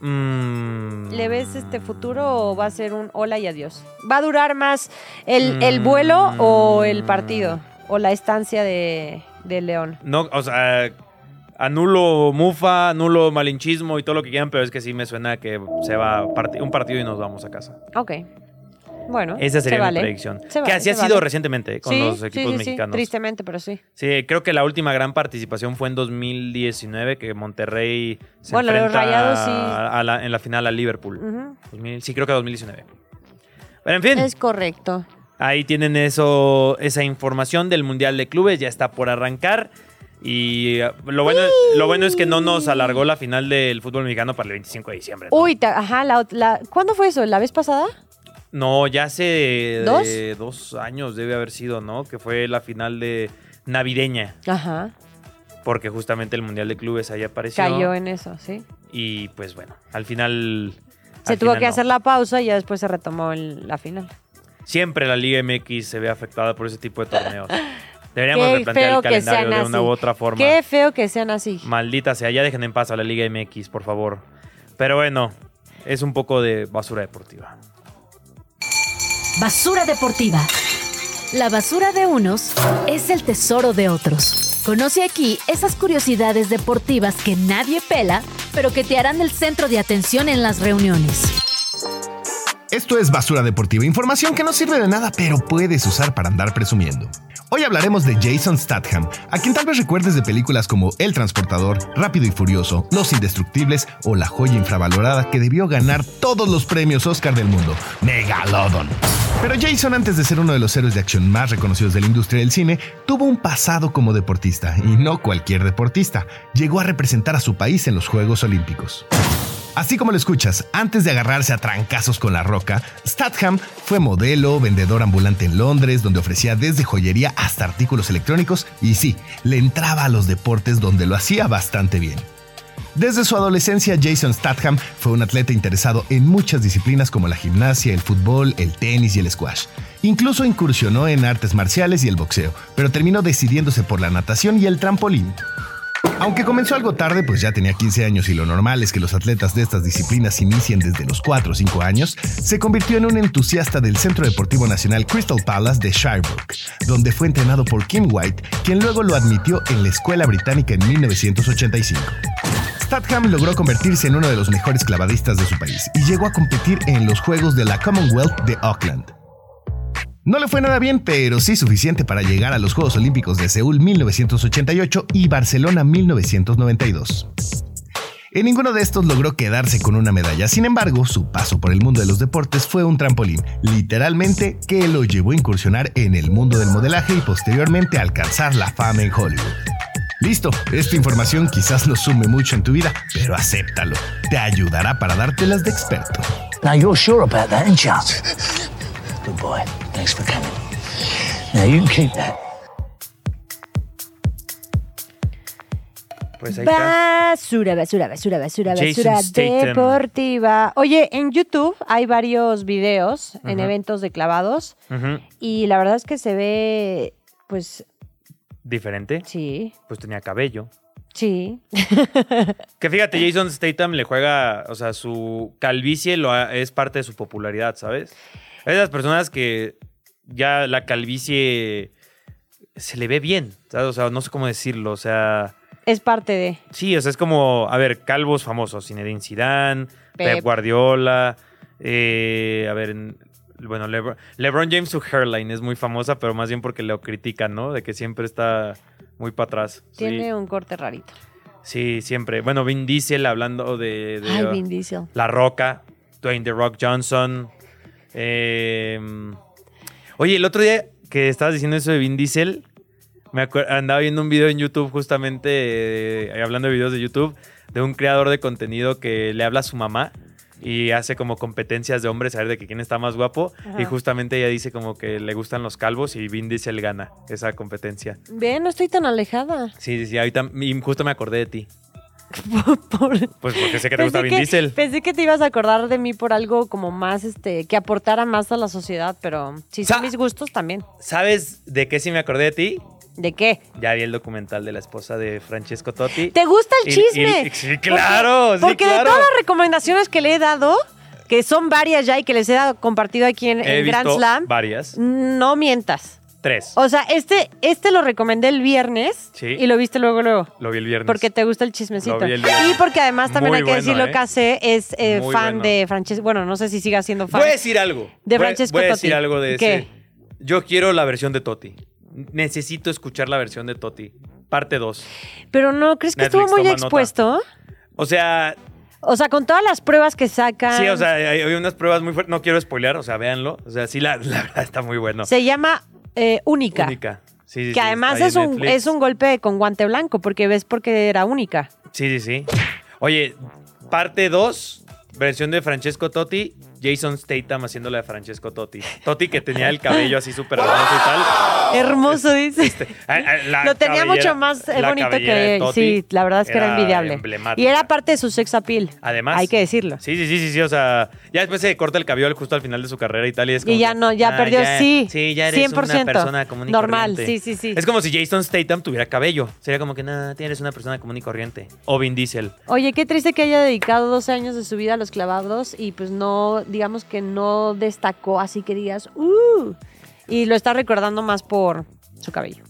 Mm, ¿Le ves este futuro o va a ser un hola y adiós? ¿Va a durar más el, el Mm. vuelo o el partido? ¿O la estancia de, de León? No, o sea, anulo Mufa, anulo Malinchismo y todo lo que quieran, pero es que sí me suena que se va parti- un partido y nos vamos a casa. Ok. Bueno. Esa sería se mi vale. predicción. Se que vale, así ha se sido vale. recientemente eh, con Sí, los sí, equipos sí, sí, mexicanos. tristemente, pero sí. Sí, creo que la última gran participación fue en 2019, que Monterrey se Bueno, los enfrenta Rayados sí. a- a la- en la final a Liverpool. Ujú. 2000 sí, creo que 2019. Pero en fin, Es correcto. ahí tienen eso, esa información del Mundial de Clubes, ya está por arrancar. Y eh, lo bueno, lo bueno es que no nos alargó la final del fútbol mexicano para el 25 de diciembre. ¿no? Uy, ta- ajá, la, ot- la- ¿cuándo fue eso? ¿La vez pasada? No, ya hace ¿Dos? eh, dos años debe haber sido, ¿no? Que fue la final de navideña, Ajá. porque justamente el Mundial de Clubes ahí apareció. Cayó en eso, sí. Y pues bueno, al final... Se al tuvo final que no. hacer la pausa y ya después se retomó el- la final. Siempre la Liga MX se ve afectada por ese tipo de torneos. Deberíamos Qué replantear feo el que calendario sean de una así. u otra forma. Qué feo que sean así. Maldita sea, ya dejen en paz a la Liga MX, por favor. Pero bueno, es un poco de basura deportiva. Basura deportiva. La basura de unos es el tesoro de otros. Conoce aquí esas curiosidades deportivas que nadie pela, pero que te harán el centro de atención en las reuniones. Esto es Basura Deportiva, información que no sirve de nada, pero puedes usar para andar presumiendo. Hoy hablaremos de Jason Statham, a quien tal vez recuerdes de películas como El Transportador, Rápido y Furioso, Los Indestructibles o la joya infravalorada que debió ganar todos los premios Oscar del mundo, Megalodon. Pero Jason, antes de ser uno de los héroes de acción más reconocidos de la industria del cine, tuvo un pasado como deportista, y no cualquier deportista. Llegó a representar a su país en los Juegos Olímpicos. Así como lo escuchas, antes de agarrarse a trancazos con la roca, Statham fue modelo, vendedor ambulante en Londres, donde ofrecía desde joyería hasta artículos electrónicos y sí, le entraba a los deportes donde lo hacía bastante bien. Desde su adolescencia, Jason Statham fue un atleta interesado en muchas disciplinas como la gimnasia, el fútbol, el tenis y el squash. Incluso incursionó en artes marciales y el boxeo, pero terminó decidiéndose por la natación y el trampolín. Aunque comenzó algo tarde, pues ya tenía 15 años y lo normal es que los atletas de estas disciplinas inicien desde los 4 o 5 años, se convirtió en un entusiasta del Centro Deportivo Nacional Crystal Palace de Shirebrook, donde fue entrenado por Kim White, quien luego lo admitió en la Escuela Británica en 1985. Statham logró convertirse en uno de los mejores clavadistas de su país y llegó a competir en los Juegos de la Commonwealth de Auckland. No le fue nada bien, pero sí suficiente para llegar a los Juegos Olímpicos de Seúl 1988 y Barcelona 1992. En ninguno de estos logró quedarse con una medalla, sin embargo, su paso por el mundo de los deportes fue un trampolín, literalmente, que lo llevó a incursionar en el mundo del modelaje y posteriormente a alcanzar la fama en Hollywood. Listo, esta información quizás no sume mucho en tu vida, pero acéptalo, te ayudará para dártelas de experto. Now you're sure about that, ain't you? Good boy. Thanks for coming. Now you can keep that. Pues ahí está. Basura, basura, basura, basura, Jason basura Statham. deportiva. Oye, en YouTube hay varios videos en eventos de clavados Ujú. y la verdad es que se ve, pues Diferente. sí, Pues tenía cabello. sí. Que fíjate, Jason Statham le juega, o sea, su calvicie lo ha- es parte de su popularidad, ¿sabes? Es de las personas que ya la calvicie se le ve bien, ¿sabes? O sea, no sé cómo decirlo, o sea, Es parte de... sí, o sea, es como, a ver, calvos famosos, Zinedine Zidane, Pep, Pep. Guardiola, eh, a ver, en- bueno, Lebron, LeBron James su hairline es muy famosa, pero más bien porque lo critican, ¿no? De que siempre está muy para atrás. Sí. Tiene un corte rarito. Sí, siempre. Bueno, Vin Diesel hablando de, de- Ay, Vin Diesel. La Roca, Dwayne The Rock Johnson. em, oye, el otro día que estabas diciendo eso de Vin Diesel, me acuer- andaba viendo un video en YouTube justamente, eh, hablando de videos de YouTube, de un creador de contenido que le habla a su mamá y hace como competencias de hombres a ver de que quién está más guapo Ajá. y justamente ella dice como que le gustan los calvos y Vin Diesel gana esa competencia. Ve, no estoy tan alejada. Sí, sí, sí, ahorita y justo me acordé de ti. Por- Pues porque sé que te gusta Vin Diesel. pensé que te ibas a acordar de mí por algo como más, este, que aportara más a la sociedad, pero si son Sa- mis gustos también. ¿Sabes de qué sí me acordé de ti? ¿De qué? Ya vi el documental de la esposa de Francesco Totti. ¿Te gusta el Y- chisme? y- sí, claro, Porque, sí, porque de claro. todas las recomendaciones que le he dado, que son varias ya y que les he dado, compartido aquí en, He en visto Grand Slam, varias. no mientas. Tres. O sea, este, este lo recomendé el viernes Sí. y lo viste luego, luego. Lo vi el viernes. Porque te gusta el chismecito. Lo vi el día. y porque además también Muy hay que bueno, decirlo, ¿eh? que hace es eh, Muy fan bueno. Pues, de Francesco. Bueno, no sé si siga siendo fan. Voy a decir algo. De Voy- Francesco Voy a decir Totti. algo de ¿Qué? ese. Yo quiero la versión de Totti. Necesito escuchar la versión de Totti. Parte 2. Pero no, ¿crees que Netflix estuvo muy toma expuesto? O sea, O sea, con todas las pruebas que sacan. sí, o sea, hay, hay unas pruebas muy fuertes. No quiero spoilear, o sea, véanlo. O sea, sí, la, la verdad está muy bueno. Se llama eh, Única. Única. Sí, sí, sí, Que está además ahí es en un, Netflix. es un golpe con guante blanco, porque ves porque era única. Sí, sí, sí. Oye, parte 2, versión de Francesco Totti, Jason Statham haciéndole a Francesco Totti. Totti que tenía el cabello así súper hermoso y tal. Hermoso, dice. Oh, Ah, ah, la Lo tenía cabellera- mucho más eh, la bonito cabellera de que él. Totti Sí, la verdad es que era, envidiable. emblemática. Y era parte de su sex appeal. Además. Hay que decirlo. Sí, sí, sí, sí, sí. O sea, ya después se corta el cabello justo al final de su carrera y tal. Y, es como Y ya que, no, ya ah, perdió, sí, Sí, ya eres 100%, una persona común y normal, corriente. sí, sí, sí. Es como si Jason Statham tuviera cabello. Sería como que nada, eres una persona común y corriente. O Vin Diesel. Oye, qué triste que haya dedicado 12 años de su vida a los clavados y pues no, digamos que no destacó, así que digas, ¡uh! Y lo está recordando más por su cabello.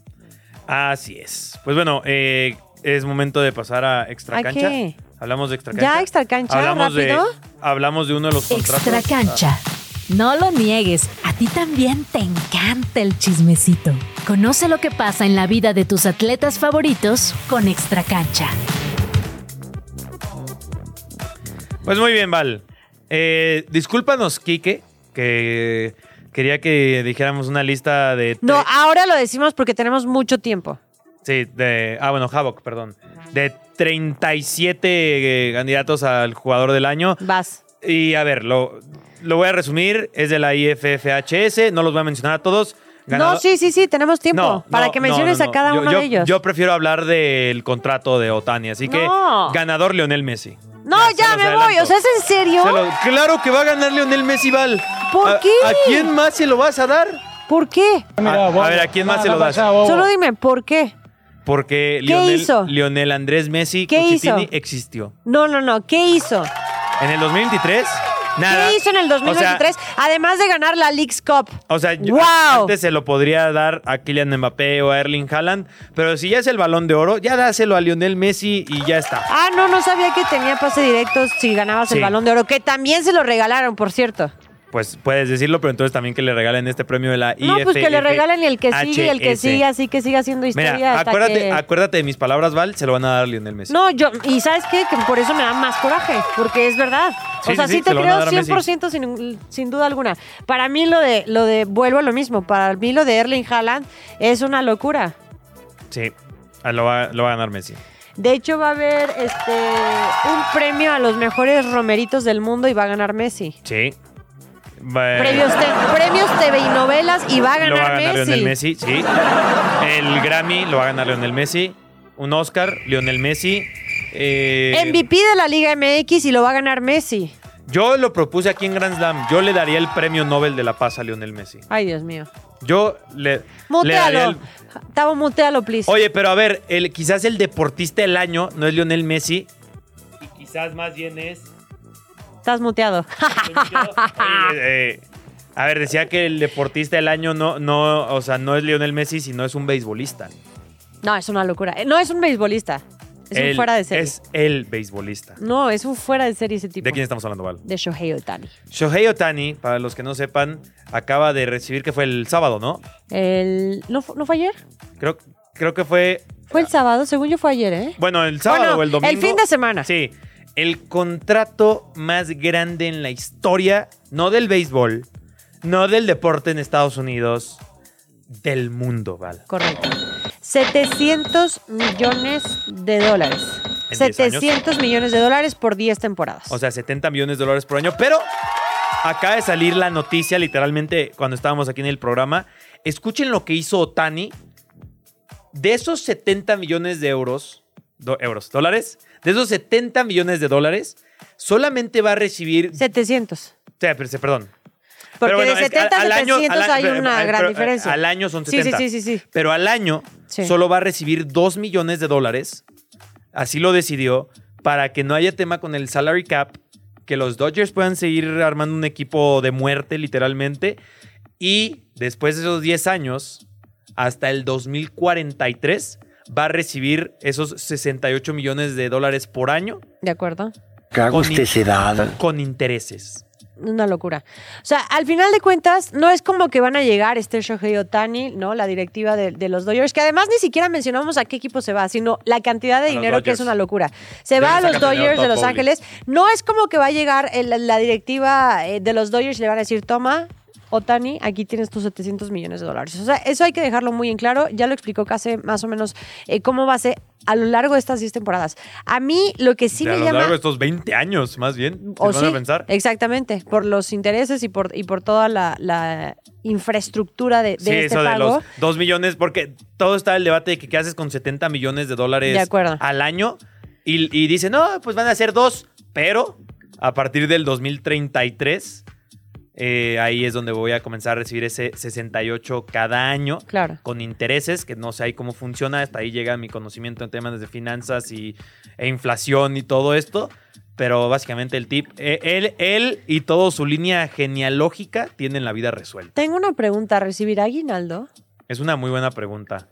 Así es. Pues bueno, eh, es momento de pasar a extra ¿A cancha. qué? Hablamos de extra cancha. ¿Ya extra cancha? Hablamos ¿Rápido? de hablamos de uno de los contratos. Extra cancha. No lo niegues, a ti también te encanta el chismecito. Conoce lo que pasa en la vida de tus atletas favoritos con Extra Cancha. Pues muy bien, Val. Eh, discúlpanos, Quique, que quería que dijéramos una lista de... No, ah. tre- ahora lo decimos porque tenemos mucho tiempo. Sí, de... Ah, bueno, Havoc, perdón. De 37 eh, candidatos al jugador del año. Vas. Y a ver, lo, lo voy a resumir. Es de la IFFHS, no los voy a mencionar a todos. Ganado- No, sí, sí, sí, tenemos tiempo. No, para no, que no, menciones no, no. a cada Yo- uno yo- de ellos. Yo prefiero hablar del contrato de Otani, así que No. ganador Leonel Messi. no, se ya, los me voy. adelanto. O sea, ¿es en serio? Se lo- claro que va a ganar Leonel Messi, Val. ¿Por ¿A- qué? ¿A quién más se lo vas a dar? ¿Por qué? A, a ver, ¿a quién más se lo das? Solo dime, ¿por qué? Porque ¿Qué Lionel, hizo? Lionel Andrés Messi ¿Qué Cucitini hizo? existió. No, no, no. ¿Qué hizo? En el 2023, nada. ¿Qué hizo en el O sea, 2023? Además de ganar la Leagues Cup. O sea, yo- ¡Wow! antes se lo podría dar a Kylian Mbappé o a Erling Haaland, pero si ya es el balón de oro, ya dáselo a Lionel Messi y ya está. Ah, no, no sabía que tenía pase directo si ganabas Sí. el balón de oro, que también se lo regalaron, por cierto. Pues puedes decirlo, pero entonces también que le regalen este premio de la No, pues que le regalen el que sigue, y el que IFFHS. sigue, así que siga haciendo historia. E Mira, hasta acuérdate, que- acuérdate de mis palabras, Val, se lo van a dar a Lionel Messi. No, yo, y ¿sabes qué? Que por eso me da más coraje, porque es verdad. Sí, o sea, sí, sí, sí, te se lo van a creo dar a Messi. 100% sin, sin duda alguna. Para mí lo de, lo de, vuelvo a lo mismo, para mí lo de Erling Haaland es una locura. Sí, ah, lo va, lo va a ganar Messi. De hecho, va a haber este, un premio a los mejores romeritos del mundo y va a ganar Messi. Sí. Va- Premios, te- premios TV y novelas y va a Eh. lo va a ganar, ganar Messi. Lionel Messi, sí. El Grammy lo va a ganar Lionel Messi. Un Oscar, Lionel Messi. Eh, MVP de la Liga MX y lo va a ganar Messi. Yo lo propuse aquí en Grand Slam. Yo le daría el premio Nobel de la Paz a Lionel Messi. Ay, Dios mío. Yo le, le daría Mutealo. el- Tavo, mutealo, please. Oye, pero a ver, el, quizás el deportista del año no es Lionel Messi. Y quizás más bien es. Estás muteado. Eh, eh, a ver, decía que el deportista del año no, no, o sea, no es Lionel Messi, sino es un beisbolista. No, es una locura. Eh, No, es un beisbolista. Es un El- fuera de serie. Es el beisbolista. No, es un fuera de serie ese tipo. ¿De quién estamos hablando, Val? De Shohei Otani. Shohei Otani, para los que no sepan, acaba de recibir que fue el sábado, ¿no? El... ¿No, fu- no fue ayer? Creo, creo que fue. Fue el sábado, según yo fue ayer, ¿eh? Bueno, el Ah. sábado Bueno, o el domingo. el fin de semana. Sí. El contrato más grande en la historia, no del béisbol, no del deporte en Estados Unidos, del mundo, Val. Correcto. 700 millones de dólares. ¿En 10 años? 700 millones de dólares por 10 temporadas. O sea, 70 millones de dólares por año. Pero acaba de salir la noticia, literalmente, cuando estábamos aquí en el programa. Escuchen lo que hizo Otani. De esos 70 millones de euros, do- euros, dólares, de esos 70 millones de dólares, solamente va a recibir. 700. te- per- se- perdón. Porque Pero bueno, de es que 70 a al- al año- 700 al a- hay pero- una pero- gran pero, eh, diferencia. Al año son Sí, 70. Sí, sí, sí, sí. Pero al año Sí. solo va a recibir 2 millones de dólares. Así lo decidió para que no haya tema con el salary cap, que los Dodgers puedan seguir armando un equipo de muerte literalmente. Y después de esos 10 años, hasta el 2043, va a recibir esos 68 millones de dólares por año ¿De acuerdo? con, in- con intereses. Una locura. O sea, al final de cuentas, no es como que van a llegar este Shohei Otani, ¿no? La directiva de, de los Dodgers, que además ni siquiera mencionamos a qué equipo se va, sino la cantidad de A los dinero que es Dodgers. una locura. Se Ya va a le los sacan dinero a Dodgers de Todd Los Bowley. Ángeles. No es como que va a llegar el- la directiva eh, de los Dodgers y le van a decir, toma, Otani, aquí tienes tus 700 millones de dólares. O sea, eso hay que dejarlo muy en claro. Ya lo explicó Case más o menos eh, cómo va a ser a lo largo de estas 10 temporadas. A mí lo que sí a me lo llama... largo de estos 20 años, más bien. O se van a sí, pensar. Exactamente, por los intereses y por, y por toda la, la infraestructura de, de Sí, este eso de pago. los 2 millones, porque todo está el debate de que qué haces con 70 millones de dólares De acuerdo. al año. Y, y dice, no, pues van a ser dos, pero a partir del 2033, eh, ahí es donde voy a comenzar a recibir ese 68 cada año. Claro. Con intereses, que no sé ahí cómo funciona, hasta ahí llega mi conocimiento en temas de finanzas y, e inflación y todo esto. Pero básicamente el tip, eh, él, él y toda su línea genealógica tienen la vida resuelta. Tengo una pregunta, ¿recibir aguinaldo? Es una muy buena pregunta.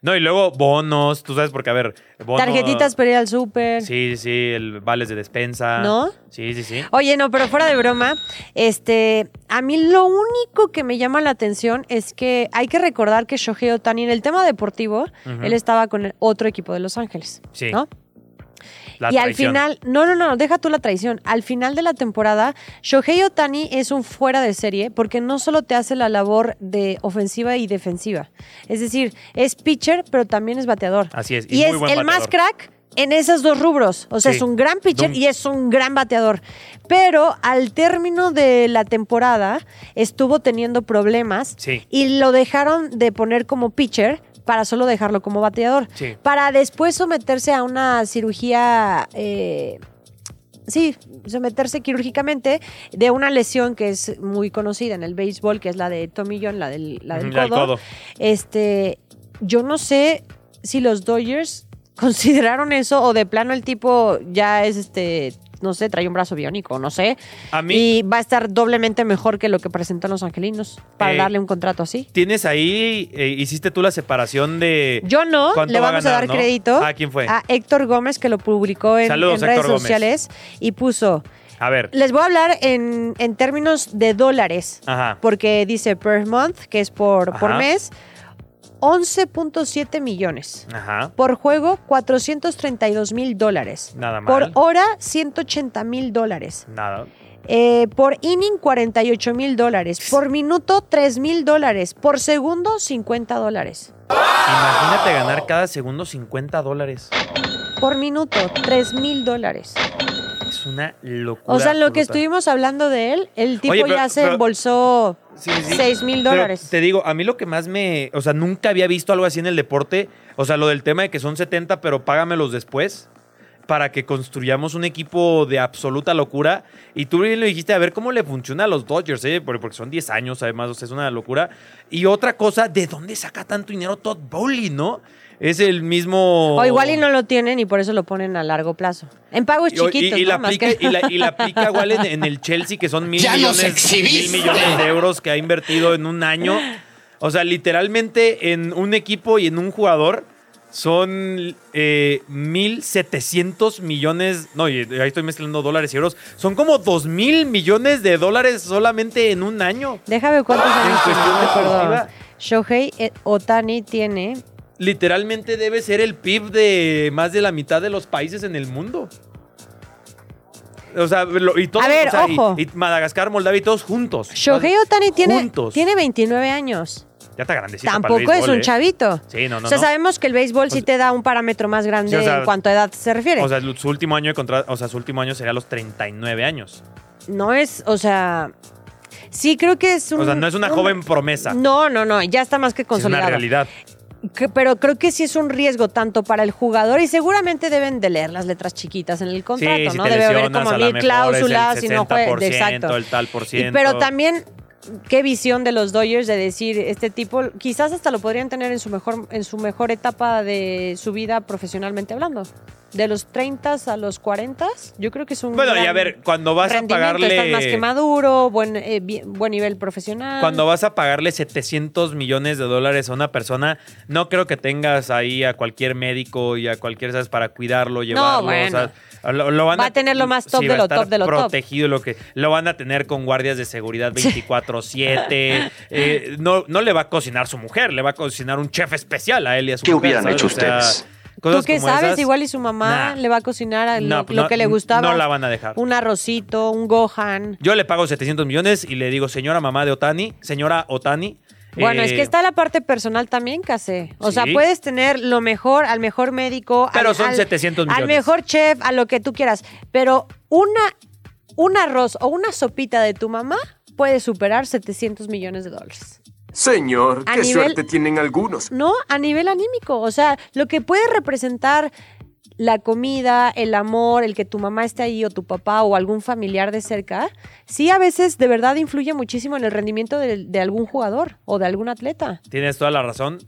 No, y luego bonos, tú sabes, porque a ver, bono- Tarjetitas para ir al súper. Sí, sí, el vales de despensa. ¿No? Oh, Sí, sí, sí. Oye, no, pero fuera de broma, este, a mí lo único que me llama la atención es que hay que recordar que Shohei Otani en el tema deportivo, él estaba con el otro equipo de Los Ángeles, Sí. ¿no? La y al traición. final, no, no, no, deja tú la traición. Al final de la temporada, Shohei Otani es un fuera de serie porque no solo te hace la labor de ofensiva y defensiva. Es decir, es pitcher, pero también es bateador. Así es, Y, y muy es el buen más bateador. crack en esos dos rubros. O sea, Sí. es un gran pitcher Dum- y es un gran bateador. Pero al término de la temporada, estuvo teniendo problemas Sí. y lo dejaron de poner como pitcher para solo dejarlo como bateador Sí. para después someterse a una cirugía, eh, sí, someterse quirúrgicamente de una lesión que es muy conocida en el béisbol, que es la de Tommy John, la del, la del Ujú, la del codo. codo. Este, yo no sé si los Dodgers consideraron eso o de plano el tipo ya es este. No sé, trae un brazo biónico, no sé. A mí- y va a estar doblemente mejor que lo que presentan los angelinos para Eh, darle un contrato así. Tienes ahí, eh, hiciste tú la separación de. Yo no, ¿Cuánto le va vamos a, ganar, dar no? crédito ¿A quién fue? A Héctor Gómez, que lo publicó en, Saludos, en redes Héctor Gómez. sociales y puso. A ver. Les voy a hablar en, en términos de dólares, Ajá. porque dice per month, que es por, por Ajá. mes, 11.7 millones. Ajá. Por juego, 432 mil dólares. Nada Por mal. hora, 180 mil dólares. Nada. Eh, por inning, 48 mil dólares. Por minuto, 3 mil dólares. Por segundo, 50 dólares. Imagínate ganar cada segundo 50 dólares. Por minuto, 3 mil dólares. Es una locura. O sea, lo que absoluta. estuvimos hablando de él, el tipo Oye, pero- ya se pero- embolsó Sí, sí, sí. 6 mil Pero dólares. Te digo, a mí lo que más me. O sea, nunca había visto algo así en el deporte. O sea, lo del tema de que son 70, pero págamelos después. Para que construyamos un equipo de absoluta locura. Y tú bien lo dijiste, a ver cómo le funciona a los Dodgers, ¿eh? Por- porque son 10 años, además, o sea, es una locura. Y otra cosa, ¿de dónde saca tanto dinero Todd Bowley, no? Es el mismo. O igual y no lo tienen y por eso lo ponen a largo plazo. En pagos Y- y- chiquitos, y, la ¿no? Más aplica, que- y, la, y la aplica igual en, en el Chelsea, que son mil Ya nos millones, mil exhibiste. millones de euros que ha invertido en un año. O sea, literalmente en un equipo y en un jugador son eh, 1.700 millones. No, y ahí estoy mezclando dólares y euros. Son como 2.000 millones de dólares solamente en un año. Déjame ver cuántos años tiene, cuestión ay, perdón. deportiva. Shohei eh, Otani tiene... Literalmente debe ser el PIB de más de la mitad de los países en el mundo. O sea, lo- y todos, A ver, o sea, y- ojo. Y, Madagascar, Moldavia y todos juntos. Shohei Otani tiene, Juntos. tiene 29 años. Ya está grandecito. para el Tampoco es béisbol, un ¿eh? chavito. Sí, no, no, O sea, no. sabemos que el béisbol sí te da un parámetro más grande Sí, o sea, en cuanto a edad se refiere. O sea, lu- su último año de contrato, o sea, su último año sería los 39 años. no es, o sea... Sí, creo que es un... O sea, no es una un- joven promesa. No, no, no, ya está más que es una consolidado. realidad. Que- pero creo que sí es un riesgo tanto para el jugador y seguramente deben de leer las letras chiquitas en el contrato, si ¿no? te Debe haber lesionas, como a la mil mejor cláusulas es y el no juegue. 60%, Exacto. el tal por Y- ciento. pero también qué visión de los Dodgers de decir este tipo, quizás hasta lo podrían tener en su mejor en su mejor etapa de su vida profesionalmente hablando. De los 30 a los 40, yo creo que es un Bueno, y gran a ver, cuando vas a rendimiento, estás pagarle. más que maduro, buen eh, bien- buen nivel profesional. Cuando vas a pagarle 700 millones de dólares a una persona, no creo que tengas ahí a cualquier médico y a cualquier, ¿sabes? Para cuidarlo, llevarlo. bueno. o sea, lo, lo van Va a tener lo más top sí, de va a lo top estar de lo top. protegido, Lo, que, lo van a tener con guardias de seguridad 24-7. Eh, no, no le va a cocinar su mujer, le va a cocinar un chef especial a él y a su ¿Qué mujer, hubieran ¿sabes? hecho O sea, ustedes? ¿Tú Cosas qué como sabes? esas, Igual y su mamá nah. le va a cocinar a No, lo, pues lo no- que le gustaba. no la van a dejar. Un arrocito, un gohan. Yo le pago 700 millones y le digo, señora mamá de Otani, señora Otani. Bueno, es eh, que está la parte personal también, Case. O sea, Sí. puedes tener lo mejor, al mejor médico. Pero al, son al- 700 Al millones. mejor chef, a lo que tú quieras. Pero una, un arroz o una sopita de tu mamá puede superar 700 millones de dólares. Señor, A qué nivel- suerte tienen algunos. No, a nivel anímico. O sea, lo que puede representar la comida, el amor, el que tu mamá esté ahí o tu papá o algún familiar de cerca, sí a veces de verdad influye muchísimo en el rendimiento de, de algún jugador o de algún atleta. Tienes toda la razón.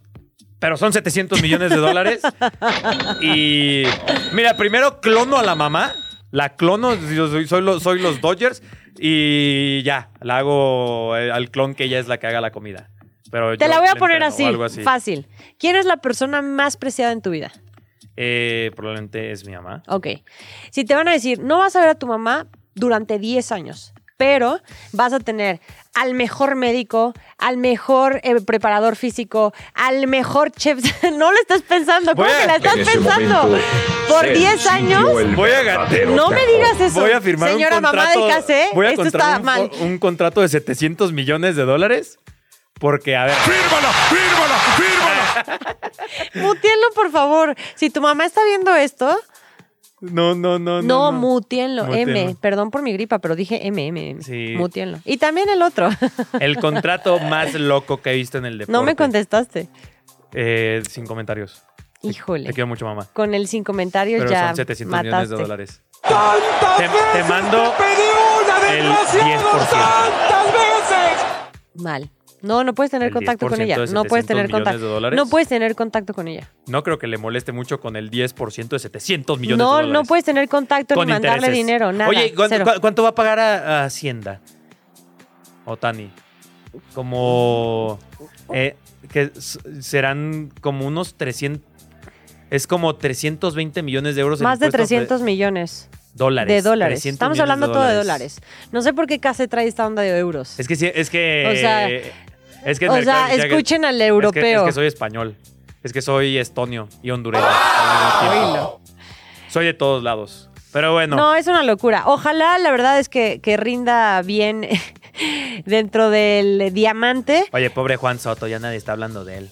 Pero son 700 millones de dólares. y mira, primero clono a la mamá. La clono, yo soy, soy los, soy los Dodgers. Y ya, la hago eh, al clon que ella es la que haga la comida. Pero Te yo la voy a le poner entreno o así, algo así. fácil. ¿Quién es la persona más preciada en tu vida? Eh, probablemente es mi mamá. Ok. Si te van a decir, no vas a ver a tu mamá durante 10 años, pero vas a tener al mejor médico, al mejor eh, preparador físico, al mejor chef. no lo estás pensando, ¿cómo Voy a- que la estás En ese pensando? momento, Por se 10 sintió años. el Voy a verdadero No me terror. digas eso. Voy a firmar Señora un mamá contrato. del casé, voy a esto está contratar un, mal. un contrato de 700 millones de dólares. Porque, a ver, ¡Fírmala, fírmala, fírmala! Mutienlo, por favor. Si tu mamá está viendo esto, no, no, no. No, no, mutienlo. M. Mutienlo. Perdón por mi gripa, pero dije M, M, M. Sí. Mutienlo. Y también el otro. El contrato más loco que he visto en el deporte. no me contestaste. Eh, sin comentarios. Te- Híjole. Te quiero mucho, mamá. Con el sin comentarios Pero ya son 700 millones mataste. de dólares. ¡Tantas Te- te veces mando te pedí una, el desgraciado! 10%. ¡Tantas veces! Mal. No, no puedes tener El contacto con 10% ella. de No puedes 700 tener millones contacto. de dólares. No puedes tener contacto con ella. No creo que le moleste mucho con el 10% de 700 millones de No, dólares. no puedes tener contacto Con ni mandarle intereses. dinero, nada. Oye, ¿cuánto, cero. cua- cuánto va a pagar a, a Hacienda? Otani. Como. eh, que s- serán como unos 300. Es como 320 millones de euros. en Más de impuestos 300 millones dólares. de dólares. 300 Estamos millones hablando todo de dólares. No sé por qué casi trae esta onda de euros. Es que sí, es que. O sea, es que el o mercado sea, Ninjago- escuchen al es que- Es europeo. que, soy español. Es que soy estonio y hondureño. al mismo tiempo. Soy de todos lados. Pero bueno. No. es una locura. Ojalá, la verdad es que, que rinda bien dentro del diamante. Oye, pobre Juan Soto, ya nadie está hablando de él.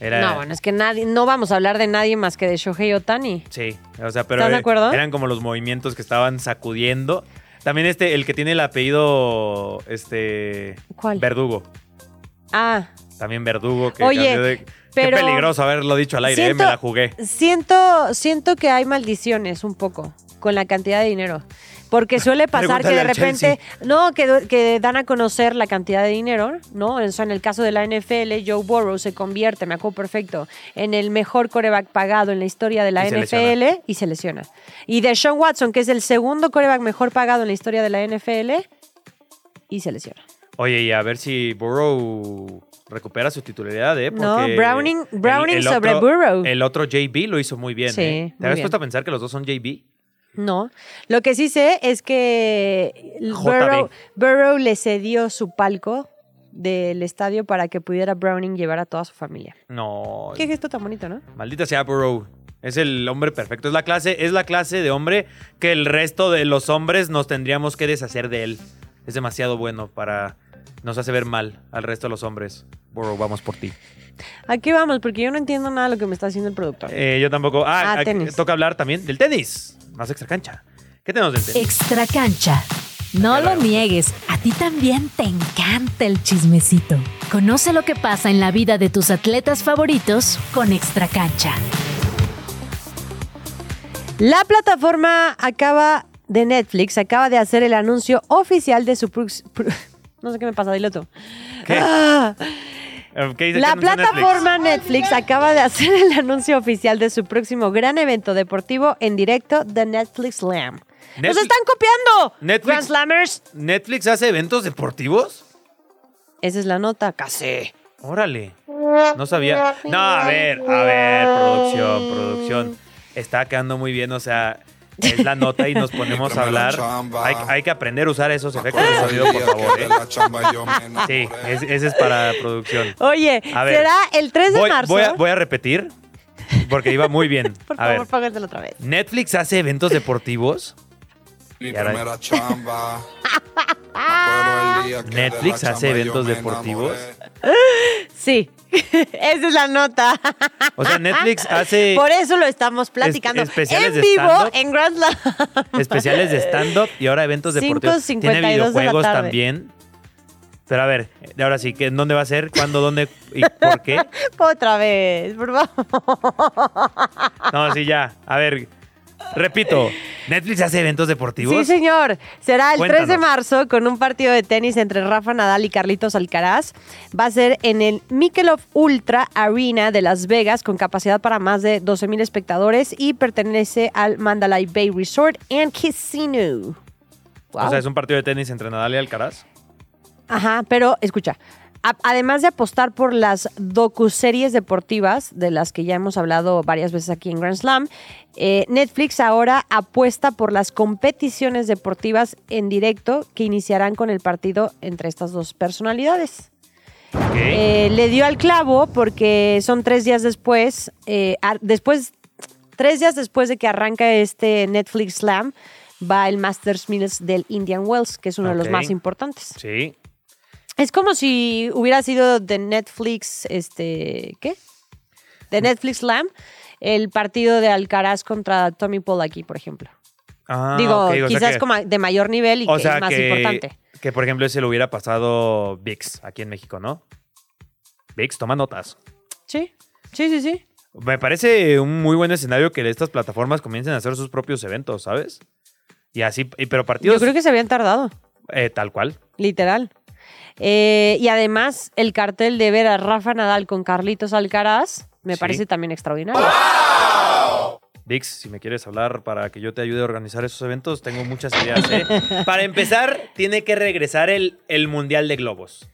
Era, No, bueno, es que nadie, no vamos a hablar de nadie más que de Shohei Otani. Sí, o sea, pero ¿Estás de eh, acuerdo? eran como los movimientos que estaban sacudiendo. También este, el que tiene el apellido, este... ¿Cuál? Verdugo. Ah, También Verdugo. Que Oye, cambió de- pero- Qué peligroso haberlo dicho al aire, eh, me la jugué. Siento, siento que hay maldiciones un poco con la cantidad de dinero. Porque suele pasar que Pregúntale de al repente, no, que, que dan a conocer la cantidad de dinero, ¿no? O sea, en el caso de la NFL, Joe Burrow se convierte, me acuerdo perfecto, en el mejor coreback pagado en la historia de la Y se NFL lesiona. y se lesiona. Y de Sean Watson, que es el segundo coreback mejor pagado en la historia de la NFL, y se lesiona. Oye, y a ver si Burrow recupera su titularidad, ¿eh? No, Porque Browning- el- Browning otro- sobre Burrow. El otro JB lo hizo muy bien, Sí, ¿eh? muy ¿Te habías bien. puesto a pensar que los dos son JB? No. Lo que sí sé es que Burrow, Burrow le cedió su palco del estadio para que pudiera Browning llevar a toda su familia. No. Qué gesto tan bonito, ¿no? Maldita sea Burrow. Es el hombre perfecto. Es la clase, es la clase de hombre que el resto de los hombres nos tendríamos que deshacer de él. Es demasiado bueno para. Nos hace ver mal al resto de los hombres. Burrow, vamos por ti. Aquí vamos, porque yo no entiendo nada de lo que me está haciendo el productor. Eh, yo tampoco. Ah, Ah, ah, tenis. toca hablar también del tenis. Más extra cancha. ¿Qué tenemos del Eh, tenis? Extra cancha. No lo niegues, a ti también te encanta el chismecito. Conoce lo que pasa en la vida de tus atletas favoritos con Extra Cancha. La plataforma acaba de Netflix, acaba de hacer el anuncio oficial de su... prox- pro- No sé qué me pasa, dilo tú. ¿Qué? Ah. Eh, ¿qué dice La que anuncia plataforma Netflix acaba de hacer el anuncio oficial de su próximo gran evento deportivo en directo, The Netflix Slam. ¡Nos Netflix- están copiando! Netflix- ¡Grand Slammers! Netflix? ¿Netflix hace eventos deportivos? Esa es la nota, casi. Órale. No sabía. No, a ver, a ver, producción, producción. Está quedando muy bien, o sea, es la nota y nos ponemos a hablar. Hay, hay que aprender a usar esos efectos de sonido, por favor, ¿eh? Sí, es- ese es para producción. Oye, A ver, será el 3 de Voy, marzo. voy a, voy a repetir. porque iba muy bien. Por A ver, favor, póngatelo otra vez. Netflix hace eventos deportivos. Mi Y ahora- primera chamba. Me acuerdo el día que de la Netflix hace chamba yo eventos me deportivos. Sí, esa es la nota. O sea, Netflix hace Por eso lo estamos platicando Es- especiales en de vivo stand-up. en Grand Slam. especiales de stand-up y ahora eventos deportivos. 5:52 Tiene de la videojuegos tarde. también. Pero a ver, ahora sí, ¿qué- ¿en dónde va a ser? ¿Cuándo, dónde y por qué? Otra vez, por favor. No, sí, ya. A ver, repito, Netflix hace eventos deportivos. Sí, señor. Será el 3 de Cuéntanos. marzo con un partido de tenis entre Rafa Nadal y Carlitos Alcaraz. Va a ser en el Michelob Ultra Arena de Las Vegas con capacidad para más de 12.000 espectadores y pertenece al Mandalay Bay Resort and Casino. O Wow. sea, es un partido de tenis entre Nadal y Alcaraz. Ajá, pero escucha. a- Además de apostar por las docuseries deportivas, de las que ya hemos hablado varias veces aquí en Grand Slam, eh, Netflix ahora apuesta por las competiciones deportivas en directo que iniciarán con el partido entre estas dos personalidades. Eh, le dio al clavo porque son tres días después, eh, ar- después, tres días después de que arranca este Netflix Slam, va el Masters Mills del Indian Wells, que es uno de los Ok. más importantes. Sí. Es como si hubiera sido de Netflix, este, ¿qué? Mm. De Netflix Slam, el partido de Alcaraz contra Tommy Polaki, por ejemplo. Ah, Digo, ok, o sea quizás que- como de mayor nivel y o que sea es más que- importante. Que, por ejemplo, ese lo hubiera pasado VIX aquí en México, ¿no? VIX, toma notas. Sí, sí, sí, sí. Me parece un muy buen escenario que estas plataformas comiencen a hacer sus propios eventos, ¿sabes? Y así, y- pero partidos Yo creo que se habían tardado, eh, tal cual. literal. Eh, y además, el cartel de ver a Rafa Nadal con Carlitos Alcaraz me Sí. parece también extraordinario. VIX, si me quieres hablar para que yo te ayude a organizar esos eventos, tengo muchas ideas. ¿eh? para empezar, tiene que regresar el, el Mundial de Globos.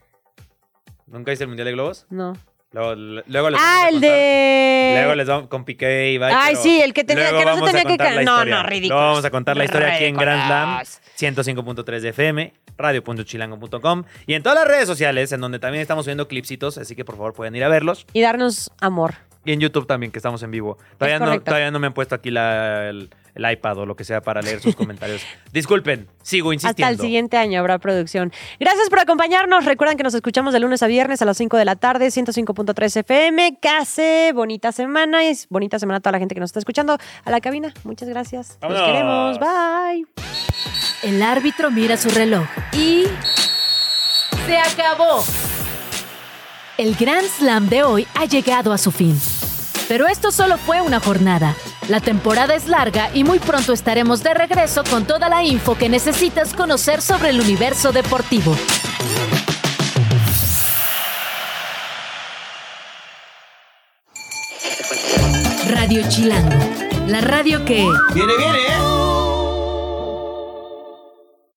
¿Nunca hice el Mundial de Globos? No. Luego, luego les vamos Ah, a el contar. de. Luego les vamos con Piqué y Ibai, Ay, pero sí, el que tenía- luego que no se vamos a tenía que contar ca- la no, historia. no, Luego vamos a contar la historia aquí en Grand Slam, Ridículos. 105.3 de FM, radio.chilango.com y en todas las redes sociales, en donde también estamos subiendo clipsitos, así que por favor pueden ir a verlos. Y darnos amor. Y en YouTube también, que estamos en vivo. Todavía, no, correcto. todavía no me han puesto aquí la- el, el iPad o lo que sea para leer sus comentarios. Disculpen, sigo insistiendo. Hasta el siguiente año habrá producción. Gracias por acompañarnos. Recuerden que nos escuchamos de lunes a viernes a las 5 de la tarde, 105.3 FM. Case, bonita semana. Es bonita semana a toda la gente que nos está escuchando. A la cabina, muchas gracias. Los Vámonos. queremos. Bye. El árbitro mira su reloj y... ¡Se acabó! El Grand Slam de hoy ha llegado a su fin. Pero esto solo fue una jornada. La temporada es larga y muy pronto estaremos de regreso con toda la info que necesitas conocer sobre el universo deportivo. Radio Chilango, la radio que... Viene, viene, ¿eh?